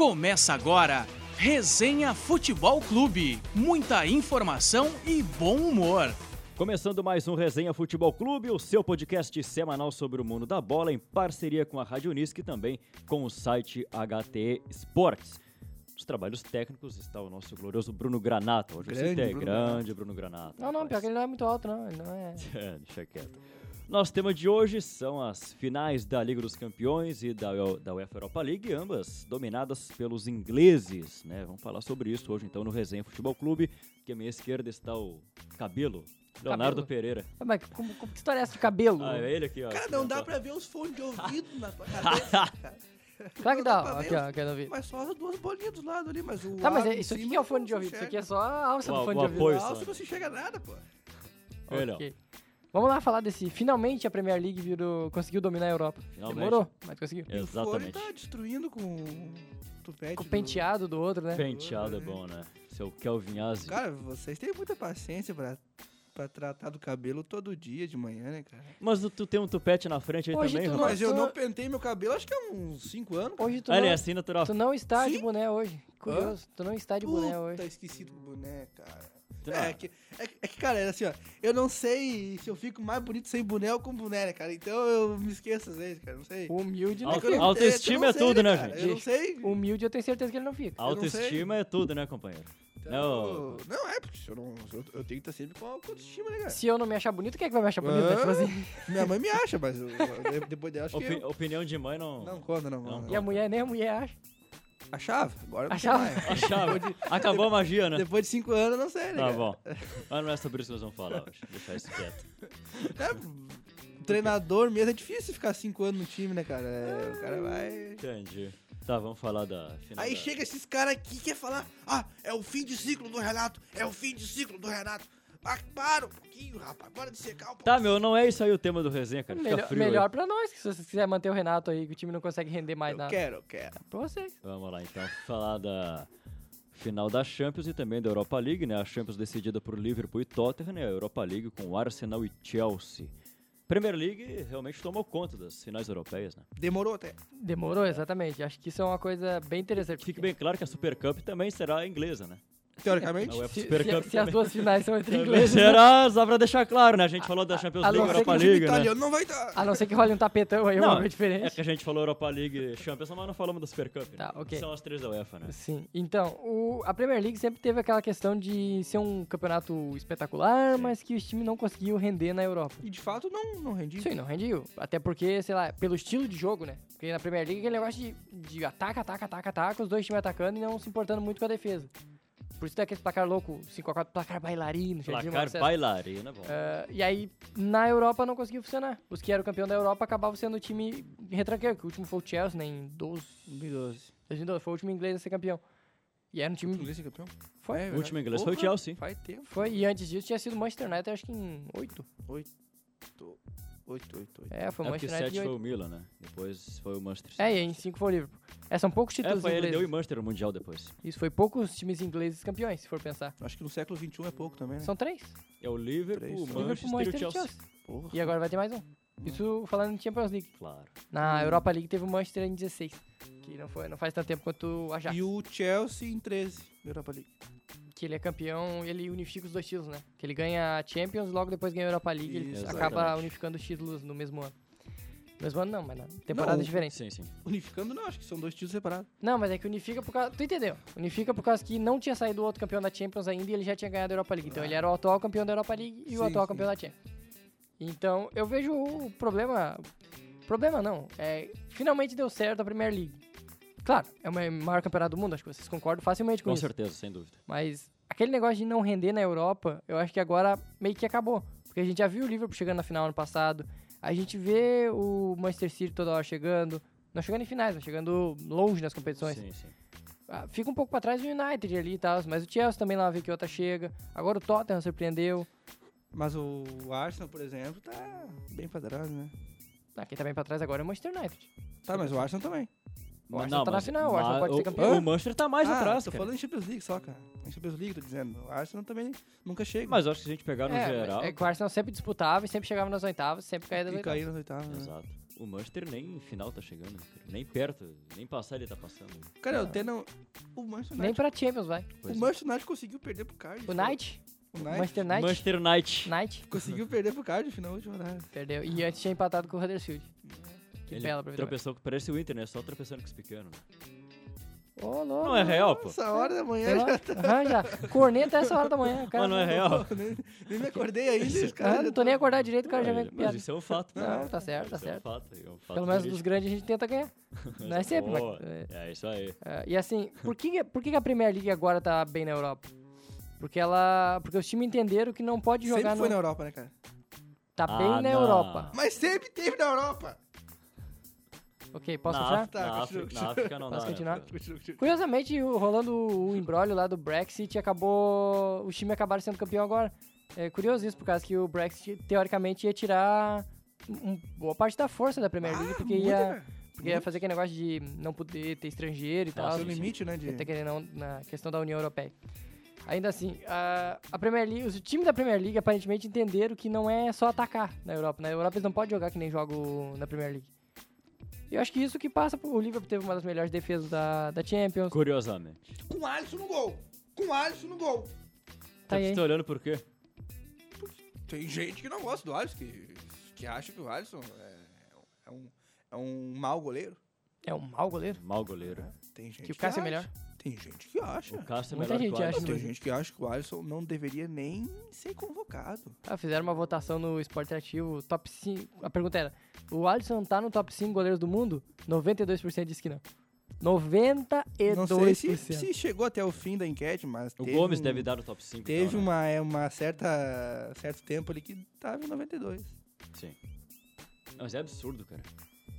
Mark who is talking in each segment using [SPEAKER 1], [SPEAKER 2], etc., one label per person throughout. [SPEAKER 1] Começa agora Resenha Futebol Clube. Muita informação e bom humor.
[SPEAKER 2] Começando mais um Resenha Futebol Clube, o seu podcast semanal sobre o mundo da bola, em parceria com a Rádio Unisc e também com o site HTE Esportes. Os trabalhos técnicos está o nosso glorioso Bruno Granata. Hoje
[SPEAKER 3] Grande
[SPEAKER 2] você tem
[SPEAKER 3] Bruno
[SPEAKER 2] grande Bruno Granata.
[SPEAKER 4] Não, não, pior
[SPEAKER 2] rapaz.
[SPEAKER 4] que ele não é muito alto, não. Ele não é.
[SPEAKER 2] É, Deixa quieto. Nosso tema de hoje são as finais da Liga dos Campeões e da, U- da UEFA Europa League, ambas dominadas pelos ingleses, né? Vamos falar sobre isso hoje então no Resenha Futebol Clube, que à minha esquerda está o Cabelo, Leonardo
[SPEAKER 4] Cabelo.
[SPEAKER 2] Pereira.
[SPEAKER 4] Ah, Mas como, como que história é essa de cabelo?
[SPEAKER 2] Ah, é ele aqui, ó.
[SPEAKER 3] Cara, não Tipo, um dá pra ver os fones de ouvido na tua cabeça, cara.
[SPEAKER 4] Será
[SPEAKER 3] Não
[SPEAKER 4] que
[SPEAKER 3] pra
[SPEAKER 4] dá?
[SPEAKER 3] ver
[SPEAKER 4] Aqui,
[SPEAKER 3] os-
[SPEAKER 4] ó, quero ver.
[SPEAKER 3] Mas só as duas bolinhas do lado ali, mas o.
[SPEAKER 4] Tá, mas
[SPEAKER 3] aro
[SPEAKER 4] é-
[SPEAKER 3] em
[SPEAKER 4] isso aqui
[SPEAKER 3] cima
[SPEAKER 4] que é o fone de
[SPEAKER 3] não
[SPEAKER 4] ouvido. Isso é aqui é
[SPEAKER 3] enxerga.
[SPEAKER 4] só a alça
[SPEAKER 2] O-
[SPEAKER 4] do
[SPEAKER 2] o
[SPEAKER 4] fone de
[SPEAKER 2] apoio.
[SPEAKER 4] ouvido.
[SPEAKER 2] só.
[SPEAKER 3] Ah, você não se enxerga nada, pô.
[SPEAKER 2] Olha, ó.
[SPEAKER 4] Ok. Vamos lá falar desse. Finalmente a Premier League virou, conseguiu dominar a Europa.
[SPEAKER 2] Finalmente.
[SPEAKER 4] Demorou, mas conseguiu.
[SPEAKER 3] E o fone
[SPEAKER 2] Exatamente.
[SPEAKER 3] tá destruindo com o tupete.
[SPEAKER 4] Com o
[SPEAKER 3] do-
[SPEAKER 4] penteado do outro, né?
[SPEAKER 2] Penteado é bom, né? Seu Kelvinhazzi.
[SPEAKER 3] Cara, vocês têm muita paciência pra, pra tratar do cabelo todo dia de manhã, né, cara?
[SPEAKER 2] Mas tu- tu tem um tupete na frente aí
[SPEAKER 4] Hoje
[SPEAKER 2] também,
[SPEAKER 4] tu
[SPEAKER 2] rapaz.
[SPEAKER 4] Nossa. Tá
[SPEAKER 3] Mas eu não pentei meu cabelo, acho que há uns 5 anos. cara.
[SPEAKER 4] Hoje tu,
[SPEAKER 2] Olha, é
[SPEAKER 4] não,
[SPEAKER 2] assim natural.
[SPEAKER 4] tu não está de
[SPEAKER 3] Sim?
[SPEAKER 4] boné hoje. Curioso, tu não está de boné
[SPEAKER 3] Puta,
[SPEAKER 4] hoje. Tá.
[SPEAKER 3] esquecido do boné, cara.
[SPEAKER 2] Tu não-
[SPEAKER 3] É que, é, que- é que, cara, é assim, ó. Eu não sei se eu fico mais bonito sem boné ou com boné, né, cara? Então eu me esqueço às vezes, cara. É Não sei.
[SPEAKER 4] Humilde, não
[SPEAKER 2] Alto-
[SPEAKER 4] fica.
[SPEAKER 2] alto- autoestima
[SPEAKER 3] eu não
[SPEAKER 2] é tudo, né,
[SPEAKER 3] cara?
[SPEAKER 2] gente?
[SPEAKER 3] Eu não sei.
[SPEAKER 4] Humilde, eu tenho certeza que ele não fica.
[SPEAKER 3] não sei.
[SPEAKER 2] Autoestima é tudo, né, companheiro? Não.
[SPEAKER 3] Então, Não, é porque se eu, não, se eu, eu tenho que estar sempre com a autoestima, né, cara?
[SPEAKER 4] Se eu não me achar bonito, quem é que vai me achar bonito? né? Tipo assim.
[SPEAKER 3] Minha mãe me acha, mas eu- eu- depois dela acho que.
[SPEAKER 2] Opi-
[SPEAKER 3] eu-
[SPEAKER 2] Opinião de mãe não.
[SPEAKER 3] Não conta, não.
[SPEAKER 2] Não
[SPEAKER 3] não,
[SPEAKER 4] E a
[SPEAKER 3] não.
[SPEAKER 4] mulher, nem a mulher acha.
[SPEAKER 3] Achava? Agora não
[SPEAKER 4] Achava?
[SPEAKER 3] sei mais.
[SPEAKER 2] Achava. Acabou a magia, né?
[SPEAKER 3] Depois de cinco anos, não sei, né?
[SPEAKER 2] Tá
[SPEAKER 3] cara?
[SPEAKER 2] bom. Mas não é sobre isso que nós vamos falar hoje. Deixar isso quieto.
[SPEAKER 3] É, treinador mesmo é difícil ficar cinco anos no time, né, cara? É, o cara vai.
[SPEAKER 2] Entendi. Tá, vamos falar da final.
[SPEAKER 3] Aí
[SPEAKER 2] da-
[SPEAKER 3] chega esses caras aqui e quer falar: Ah, é o fim de ciclo do Renato, é o fim de ciclo do Renato. Ah, para um pouquinho, rapaz, para de secar um pouquinho.
[SPEAKER 2] Tá, meu, não é isso aí o tema do resenha, cara. Fica
[SPEAKER 4] Melhor,
[SPEAKER 2] frio. aí.
[SPEAKER 4] melhor pra nós, que se vocês quiserem manter o Renato aí, que o time não consegue render mais
[SPEAKER 3] Eu
[SPEAKER 4] nada.
[SPEAKER 3] quero, eu quero.
[SPEAKER 4] Pra vocês.
[SPEAKER 2] Vamos lá, então. Falar da final da Champions e também da Europa League, né? A Champions decidida por Liverpool e Tottenham, né? A Europa League com Arsenal e Chelsea. Premier League realmente tomou conta das finais europeias, né?
[SPEAKER 3] Demorou até.
[SPEAKER 4] Demorou, exatamente. Acho que isso é uma coisa bem interessante.
[SPEAKER 2] Fique bem claro que a Super Cup também será inglesa, né?
[SPEAKER 3] Teoricamente.
[SPEAKER 2] A UEFA
[SPEAKER 4] Se,
[SPEAKER 2] Super
[SPEAKER 4] se-
[SPEAKER 2] Cup
[SPEAKER 4] se as
[SPEAKER 2] também-
[SPEAKER 4] duas finais são entre
[SPEAKER 2] também
[SPEAKER 4] ingleses, né?
[SPEAKER 2] será, só pra deixar claro, né? A gente falou da Champions
[SPEAKER 4] a
[SPEAKER 2] League e
[SPEAKER 4] não ser
[SPEAKER 2] Europa
[SPEAKER 3] O time
[SPEAKER 2] League, né?
[SPEAKER 3] italiano não vai tá estar.
[SPEAKER 4] a não ser que role um tapetão aí, uma
[SPEAKER 2] Não,
[SPEAKER 4] coisa
[SPEAKER 2] É
[SPEAKER 4] diferente.
[SPEAKER 2] que a gente falou Europa League e Champions, mas não falamos da Super Cup. né?
[SPEAKER 4] Tá, ok.
[SPEAKER 2] São as três da UEFA, né?
[SPEAKER 4] Sim. Então, o- a Premier League sempre teve aquela questão de ser um campeonato espetacular,
[SPEAKER 2] Sim.
[SPEAKER 4] mas que os times não conseguiam render na Europa.
[SPEAKER 3] E de fato não, não rendi.
[SPEAKER 4] Sim, não rendiu. Até porque, sei lá, pelo estilo de jogo, né? Porque na Premier League é aquele negócio de, de ataca, ataca, ataca, ataca, os dois times atacando e não se importando muito com a defesa. Por isso tem aquele placar louco, 5x4, placar bailarino, cheio de
[SPEAKER 2] Placar
[SPEAKER 4] Marcelo.
[SPEAKER 2] bailarina, bom. É
[SPEAKER 4] Ah, e aí, na Europa não conseguiu funcionar. Os que eram campeão da Europa acabavam sendo o time retranqueiro, que o último foi o Chelsea, né? Em 12,
[SPEAKER 3] 2012.
[SPEAKER 4] 2012, foi o último inglês a ser campeão. E era um time.
[SPEAKER 3] Inglês é campeão?
[SPEAKER 4] Foi.
[SPEAKER 3] É,
[SPEAKER 2] o último
[SPEAKER 3] verdade.
[SPEAKER 2] inglês foi o
[SPEAKER 3] Porra,
[SPEAKER 2] Chelsea.
[SPEAKER 3] Faz tempo.
[SPEAKER 4] Foi, e antes disso tinha sido o Manchester United, acho que em 8.
[SPEAKER 3] 8, 8, 8.
[SPEAKER 4] É, foi o
[SPEAKER 2] É porque
[SPEAKER 4] Manchester
[SPEAKER 2] 7
[SPEAKER 4] United em
[SPEAKER 2] foi
[SPEAKER 4] 8.
[SPEAKER 2] o Milan, né? Depois foi o Manchester City.
[SPEAKER 4] É, e em 5 foi o Liverpool. É, são poucos
[SPEAKER 2] É,
[SPEAKER 4] títulos
[SPEAKER 2] foi ele
[SPEAKER 4] ingleses.
[SPEAKER 2] deu e Manchester no Mundial depois.
[SPEAKER 4] Isso foi poucos times ingleses campeões, se for pensar.
[SPEAKER 3] Acho que no século XXI é pouco também, né?
[SPEAKER 4] São três.
[SPEAKER 2] É o Liverpool,
[SPEAKER 3] Três,
[SPEAKER 2] o Manchester,
[SPEAKER 3] né?
[SPEAKER 4] Liverpool, Manchester
[SPEAKER 2] e o Chelsea.
[SPEAKER 3] Porra.
[SPEAKER 4] E agora vai ter mais um. Isso falando em Champions League.
[SPEAKER 2] Claro.
[SPEAKER 4] Na Europa League teve o Manchester em 16, que não, foi, não faz tanto tempo quanto o Ajax.
[SPEAKER 3] E o Chelsea em 13, na Europa League.
[SPEAKER 4] Que ele é campeão, ele unifica os dois títulos, né? Que ele ganha a Champions, logo depois ganha a Europa League, ele
[SPEAKER 3] Isso,
[SPEAKER 4] acaba
[SPEAKER 2] exatamente.
[SPEAKER 4] unificando os títulos no mesmo ano. No mesmo ano não, mas na temporada é
[SPEAKER 3] Não,
[SPEAKER 4] diferente.
[SPEAKER 2] Sim, sim.
[SPEAKER 3] Unificando não, acho que são dois títulos separados.
[SPEAKER 4] Não, mas é que unifica por causa. Tu entendeu? Unifica por causa que não tinha saído o outro campeão da Champions ainda e ele já tinha ganhado a Europa League. Então ele era o atual campeão da Europa League e o
[SPEAKER 3] Sim,
[SPEAKER 4] atual
[SPEAKER 3] sim.
[SPEAKER 4] campeão da Champions. Então eu vejo o problema. Problema não. É, finalmente deu certo a Premier League. Claro, é o maior campeonato do mundo, acho que vocês concordam facilmente com,
[SPEAKER 2] Com
[SPEAKER 4] isso.
[SPEAKER 2] certeza, sem dúvida.
[SPEAKER 4] Mas aquele negócio de não render na Europa, eu acho que agora meio que acabou. Porque a gente já viu o Liverpool chegando na final ano passado. A gente vê o Manchester City toda hora chegando. Não chegando em finais, mas chegando longe nas competições.
[SPEAKER 2] Sim, sim.
[SPEAKER 4] Ah, Fica um pouco pra trás do United ali e tal, mas o Chelsea também lá vê que outra chega. Agora o Tottenham surpreendeu.
[SPEAKER 3] Mas o Arsenal, por exemplo, tá bem pra trás, né?
[SPEAKER 4] Ah, quem tá bem pra trás agora é o Manchester United.
[SPEAKER 3] Tá, mas o Arsenal também.
[SPEAKER 4] O Arsenal tá na
[SPEAKER 2] mas-
[SPEAKER 4] final, o Arsenal
[SPEAKER 2] mas
[SPEAKER 4] pode ser
[SPEAKER 2] o-
[SPEAKER 4] campeão.
[SPEAKER 2] O Manchester tá mais
[SPEAKER 3] ah,
[SPEAKER 2] atrás,
[SPEAKER 3] tô
[SPEAKER 2] cara.
[SPEAKER 3] falando em Champions League só, cara. Em Champions League, tô dizendo. O Arsenal também nunca chega.
[SPEAKER 2] Mas eu acho que se a gente pegar Tá no
[SPEAKER 4] é,
[SPEAKER 2] geral...
[SPEAKER 4] é que o Arsenal sempre disputava e sempre chegava nas oitavas, sempre caía das
[SPEAKER 3] e
[SPEAKER 4] oitavas.
[SPEAKER 3] cair nas oitavas. né?
[SPEAKER 2] Exato. O Manchester nem em final tá chegando, né, cara? nem perto, nem passar ele tá passando.
[SPEAKER 3] Cara, eu até não. O Manchester
[SPEAKER 4] Nem
[SPEAKER 3] United,
[SPEAKER 4] pra Champions, vai.
[SPEAKER 2] Pois
[SPEAKER 3] o
[SPEAKER 2] é.
[SPEAKER 3] Manchester United conseguiu perder pro Card.
[SPEAKER 4] O Knight?
[SPEAKER 3] O Knight
[SPEAKER 4] Manchester Knight?
[SPEAKER 2] Manchester United.
[SPEAKER 4] Knight?
[SPEAKER 3] conseguiu perder pro Card no final de rodada.
[SPEAKER 4] Perdeu. E antes tinha empatado com o Huddersfield. Que
[SPEAKER 2] Ele
[SPEAKER 4] bela pra ver.
[SPEAKER 2] tropeçou, parece o Inter, né? Só tropeçando com os pequenos. né?
[SPEAKER 4] Ô, louco.
[SPEAKER 2] Não é real, pô.
[SPEAKER 3] Essa hora da manhã
[SPEAKER 4] Sei lá.
[SPEAKER 3] já
[SPEAKER 4] Aham, já. tá. Corneta essa hora da manhã, cara.
[SPEAKER 2] Mas não é real.
[SPEAKER 3] nem, nem me acordei ainda, os
[SPEAKER 4] Ah,
[SPEAKER 3] caras.
[SPEAKER 4] não tô nem acordado direito, o cara já vem com
[SPEAKER 2] Mas
[SPEAKER 4] piada.
[SPEAKER 2] isso é um fato. né?
[SPEAKER 4] Não, tá certo, tá
[SPEAKER 2] Isso é um
[SPEAKER 4] certo.
[SPEAKER 2] fato, é um fato
[SPEAKER 4] Pelo menos dos
[SPEAKER 2] verídico.
[SPEAKER 4] grandes a gente tenta ganhar. Não é sempre, mas...
[SPEAKER 2] Boa. É isso aí.
[SPEAKER 4] é, e assim, por que, por que que a Premier League agora tá bem na Europa? Porque ela... Porque os times entenderam que não pode jogar
[SPEAKER 3] Sempre foi
[SPEAKER 4] no...
[SPEAKER 3] na Europa, né, cara?
[SPEAKER 4] Tá
[SPEAKER 2] Ah,
[SPEAKER 4] bem na
[SPEAKER 2] não.
[SPEAKER 4] Europa.
[SPEAKER 3] Mas sempre teve na Europa.
[SPEAKER 4] Ok, posso
[SPEAKER 2] na,
[SPEAKER 4] fechar?
[SPEAKER 2] África, na,
[SPEAKER 3] Tá,
[SPEAKER 2] África,
[SPEAKER 3] continua,
[SPEAKER 2] na África não dá.
[SPEAKER 4] Posso
[SPEAKER 2] né,
[SPEAKER 4] continuar?
[SPEAKER 2] cara?
[SPEAKER 3] Continua, continua.
[SPEAKER 4] Curiosamente, o- rolando o embrólio lá do Brexit, acabou. Os times acabaram sendo campeão agora. É curioso isso, por causa que o Brexit, teoricamente, ia tirar um- boa parte da força da Premier League,
[SPEAKER 3] Ah,
[SPEAKER 4] porque,
[SPEAKER 3] muda,
[SPEAKER 4] ia,
[SPEAKER 3] cara.
[SPEAKER 4] porque ia fazer aquele negócio de não poder ter estrangeiro e
[SPEAKER 2] Ah,
[SPEAKER 4] tal.
[SPEAKER 3] Seu
[SPEAKER 2] sim, sim.
[SPEAKER 3] limite, né, de...
[SPEAKER 4] Até tá querendo não, na questão da União Europeia. Ainda assim, a, a Premier League, os times da Premier League aparentemente entenderam que não é só atacar na Europa. Na Europa eles não podem jogar que nem jogam na Premier League. E eu acho que isso que passa pro o Liverpool teve uma das melhores defesas da, da Champions.
[SPEAKER 2] Curiosamente.
[SPEAKER 3] Com o Alisson no gol. Com o Alisson no gol.
[SPEAKER 4] Tá aí,
[SPEAKER 2] Você
[SPEAKER 4] hein?
[SPEAKER 2] tá olhando por quê?
[SPEAKER 3] Tem gente que não gosta do Alisson, que, que acha que o Alisson é, é um, é um mau goleiro.
[SPEAKER 4] É um mau goleiro?
[SPEAKER 2] Mal goleiro.
[SPEAKER 3] Tem gente
[SPEAKER 4] Que o Cássio é
[SPEAKER 3] acha.
[SPEAKER 4] melhor?
[SPEAKER 3] Tem gente que acha.
[SPEAKER 2] O Cássio é
[SPEAKER 4] Muita
[SPEAKER 2] melhor que o
[SPEAKER 4] gente acha
[SPEAKER 2] Alisson.
[SPEAKER 3] Tem
[SPEAKER 4] mesmo.
[SPEAKER 3] gente que acha que o Alisson não deveria nem ser convocado.
[SPEAKER 4] Ah, fizeram uma votação no Esporte Ativo, top 5. A pergunta era: o Alisson tá no top 5 goleiros do mundo? 92% disse que não. 92%.
[SPEAKER 3] Não sei se, se chegou até o fim da enquete, mas
[SPEAKER 2] O
[SPEAKER 3] teve
[SPEAKER 2] Gomes
[SPEAKER 3] um-
[SPEAKER 2] deve dar o top 5.
[SPEAKER 3] Teve
[SPEAKER 2] então, né?
[SPEAKER 3] uma, é, uma certa certo tempo ali que tava em 92.
[SPEAKER 2] Sim. Não, Mas é absurdo, cara.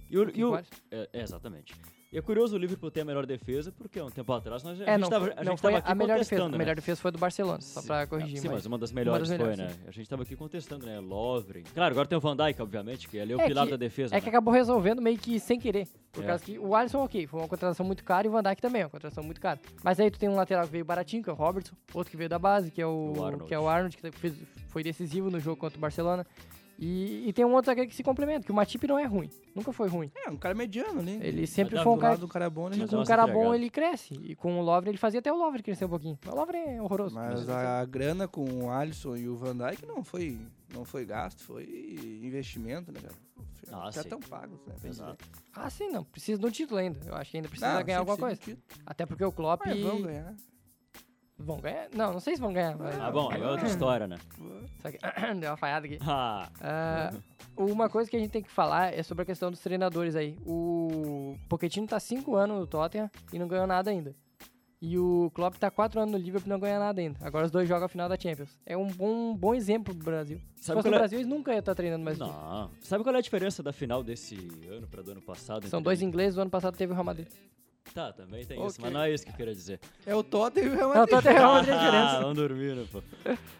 [SPEAKER 2] E o, e o-
[SPEAKER 4] Concorda?
[SPEAKER 2] é, é, exatamente. E é curioso o Liverpool ter a melhor defesa, porque há um tempo atrás nós,
[SPEAKER 4] É,
[SPEAKER 2] a gente
[SPEAKER 4] não,
[SPEAKER 2] tava,
[SPEAKER 4] foi-
[SPEAKER 2] a
[SPEAKER 4] não
[SPEAKER 2] gente
[SPEAKER 4] foi
[SPEAKER 2] tava aqui
[SPEAKER 4] a melhor defesa.
[SPEAKER 2] contestando,
[SPEAKER 4] A
[SPEAKER 2] né? Ah,
[SPEAKER 4] melhor defesa foi do Barcelona, só pra corrigir.
[SPEAKER 2] Sim, mas
[SPEAKER 4] mas...
[SPEAKER 2] uma das melhores,
[SPEAKER 4] melhores,
[SPEAKER 2] foi, né? A gente tava aqui contestando, né? Lovren. Claro, agora tem o Van Dijk, obviamente, que ali é o
[SPEAKER 4] É
[SPEAKER 2] pilar
[SPEAKER 4] que-
[SPEAKER 2] da defesa.
[SPEAKER 4] É
[SPEAKER 2] né?
[SPEAKER 4] que acabou resolvendo meio que sem querer. Por
[SPEAKER 2] É.
[SPEAKER 4] causa que o Alisson, ok, foi uma contratação muito cara e o Van Dijk também, é uma contratação muito cara. Mas aí tu tem um lateral que veio baratinho, que é o Robertson, outro que veio da base, que é o,
[SPEAKER 2] O Arnold.
[SPEAKER 4] que é o Arnold, que fez- foi decisivo no jogo contra o Barcelona. E, e tem um outro zagueiro que se complementa, que o Matip não é ruim, nunca foi ruim.
[SPEAKER 3] É, um cara mediano ali.
[SPEAKER 4] Ele sempre
[SPEAKER 2] dá
[SPEAKER 4] foi um
[SPEAKER 3] do
[SPEAKER 4] cara.
[SPEAKER 3] lado do cara bom, né?
[SPEAKER 2] é Mas é
[SPEAKER 4] Com um
[SPEAKER 2] Nossa,
[SPEAKER 4] cara
[SPEAKER 2] entregado.
[SPEAKER 4] bom, ele cresce. E com o Lovren, ele fazia até o Lovren crescer um pouquinho. Mas o Lovren é horroroso.
[SPEAKER 3] Mas a grana com o Alisson e o Van Dijk não foi, não foi gasto, foi investimento, né, cara?
[SPEAKER 2] Ah,
[SPEAKER 3] Já
[SPEAKER 2] sim.
[SPEAKER 3] tão pagos, né? pra dizer.
[SPEAKER 2] Exato.
[SPEAKER 4] Ah, sim, não. Precisa de um título ainda. Eu acho que ainda precisa
[SPEAKER 3] Não,
[SPEAKER 4] ganhar alguma
[SPEAKER 3] sempre
[SPEAKER 4] coisa.
[SPEAKER 3] precisa de título.
[SPEAKER 4] Até porque o Klopp...
[SPEAKER 3] Mas vão ganhar.
[SPEAKER 4] Vão ganhar? Não, não sei se vão ganhar. mas-
[SPEAKER 2] Ah, bom, aí é outra história, né?
[SPEAKER 4] Só que... Deu uma falhada aqui.
[SPEAKER 2] Ah,
[SPEAKER 4] Ah,
[SPEAKER 2] Uhum.
[SPEAKER 4] uma coisa que a gente tem que falar é sobre a questão dos treinadores aí. O Pochettino tá 5 anos no Tottenham e não ganhou nada ainda. E o Klopp tá 4 anos no Liverpool e não ganha nada ainda. Agora os dois jogam a final da Champions. É um bom, bom exemplo pro Brasil. Se
[SPEAKER 2] Sabe
[SPEAKER 4] fosse no
[SPEAKER 2] qual é-
[SPEAKER 4] Brasil, eles nunca iam estar treinando mais. o time.
[SPEAKER 2] não. Sabe qual é a diferença da final desse ano pra do ano passado?
[SPEAKER 4] São
[SPEAKER 2] entre
[SPEAKER 4] dois ingleses, o ano passado teve o Real Madrid.
[SPEAKER 2] Tá, também tem isso,
[SPEAKER 3] Ok.
[SPEAKER 2] mas não é isso que eu quero dizer.
[SPEAKER 3] É o Tottenham e o Real
[SPEAKER 4] Não, o
[SPEAKER 3] Madrid.
[SPEAKER 4] Tottenham é uma grande
[SPEAKER 2] Ah,
[SPEAKER 4] diferença.
[SPEAKER 2] não dormiram, pô.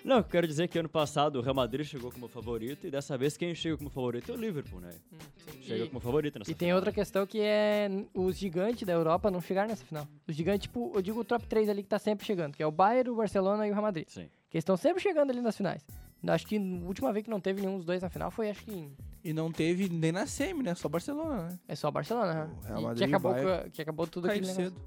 [SPEAKER 2] Não, eu quero dizer que ano passado o Real Madrid chegou como favorito e dessa vez quem chega como favorito é o Liverpool, né? Chega
[SPEAKER 4] Hum. E-
[SPEAKER 2] como favorito nessa
[SPEAKER 4] E tem
[SPEAKER 2] final.
[SPEAKER 4] outra questão que é n- os gigantes da Europa não chegaram nessa final. Os gigantes, tipo, eu digo o top 3 ali que tá sempre chegando, que é o Bayern, o Barcelona e o Real Madrid.
[SPEAKER 2] Sim.
[SPEAKER 4] Que eles estão sempre chegando ali nas finais. Acho que a última vez que não teve nenhum dos dois na final foi, acho que em-
[SPEAKER 3] E não teve nem na semi, né? Só Barcelona, né?
[SPEAKER 4] é só o Barcelona, né?
[SPEAKER 3] O Real
[SPEAKER 4] E
[SPEAKER 3] Madrid
[SPEAKER 4] que, acabou,
[SPEAKER 3] vai
[SPEAKER 4] com a- que acabou
[SPEAKER 2] Tá
[SPEAKER 4] tudo aqui.
[SPEAKER 3] Caiu cedo.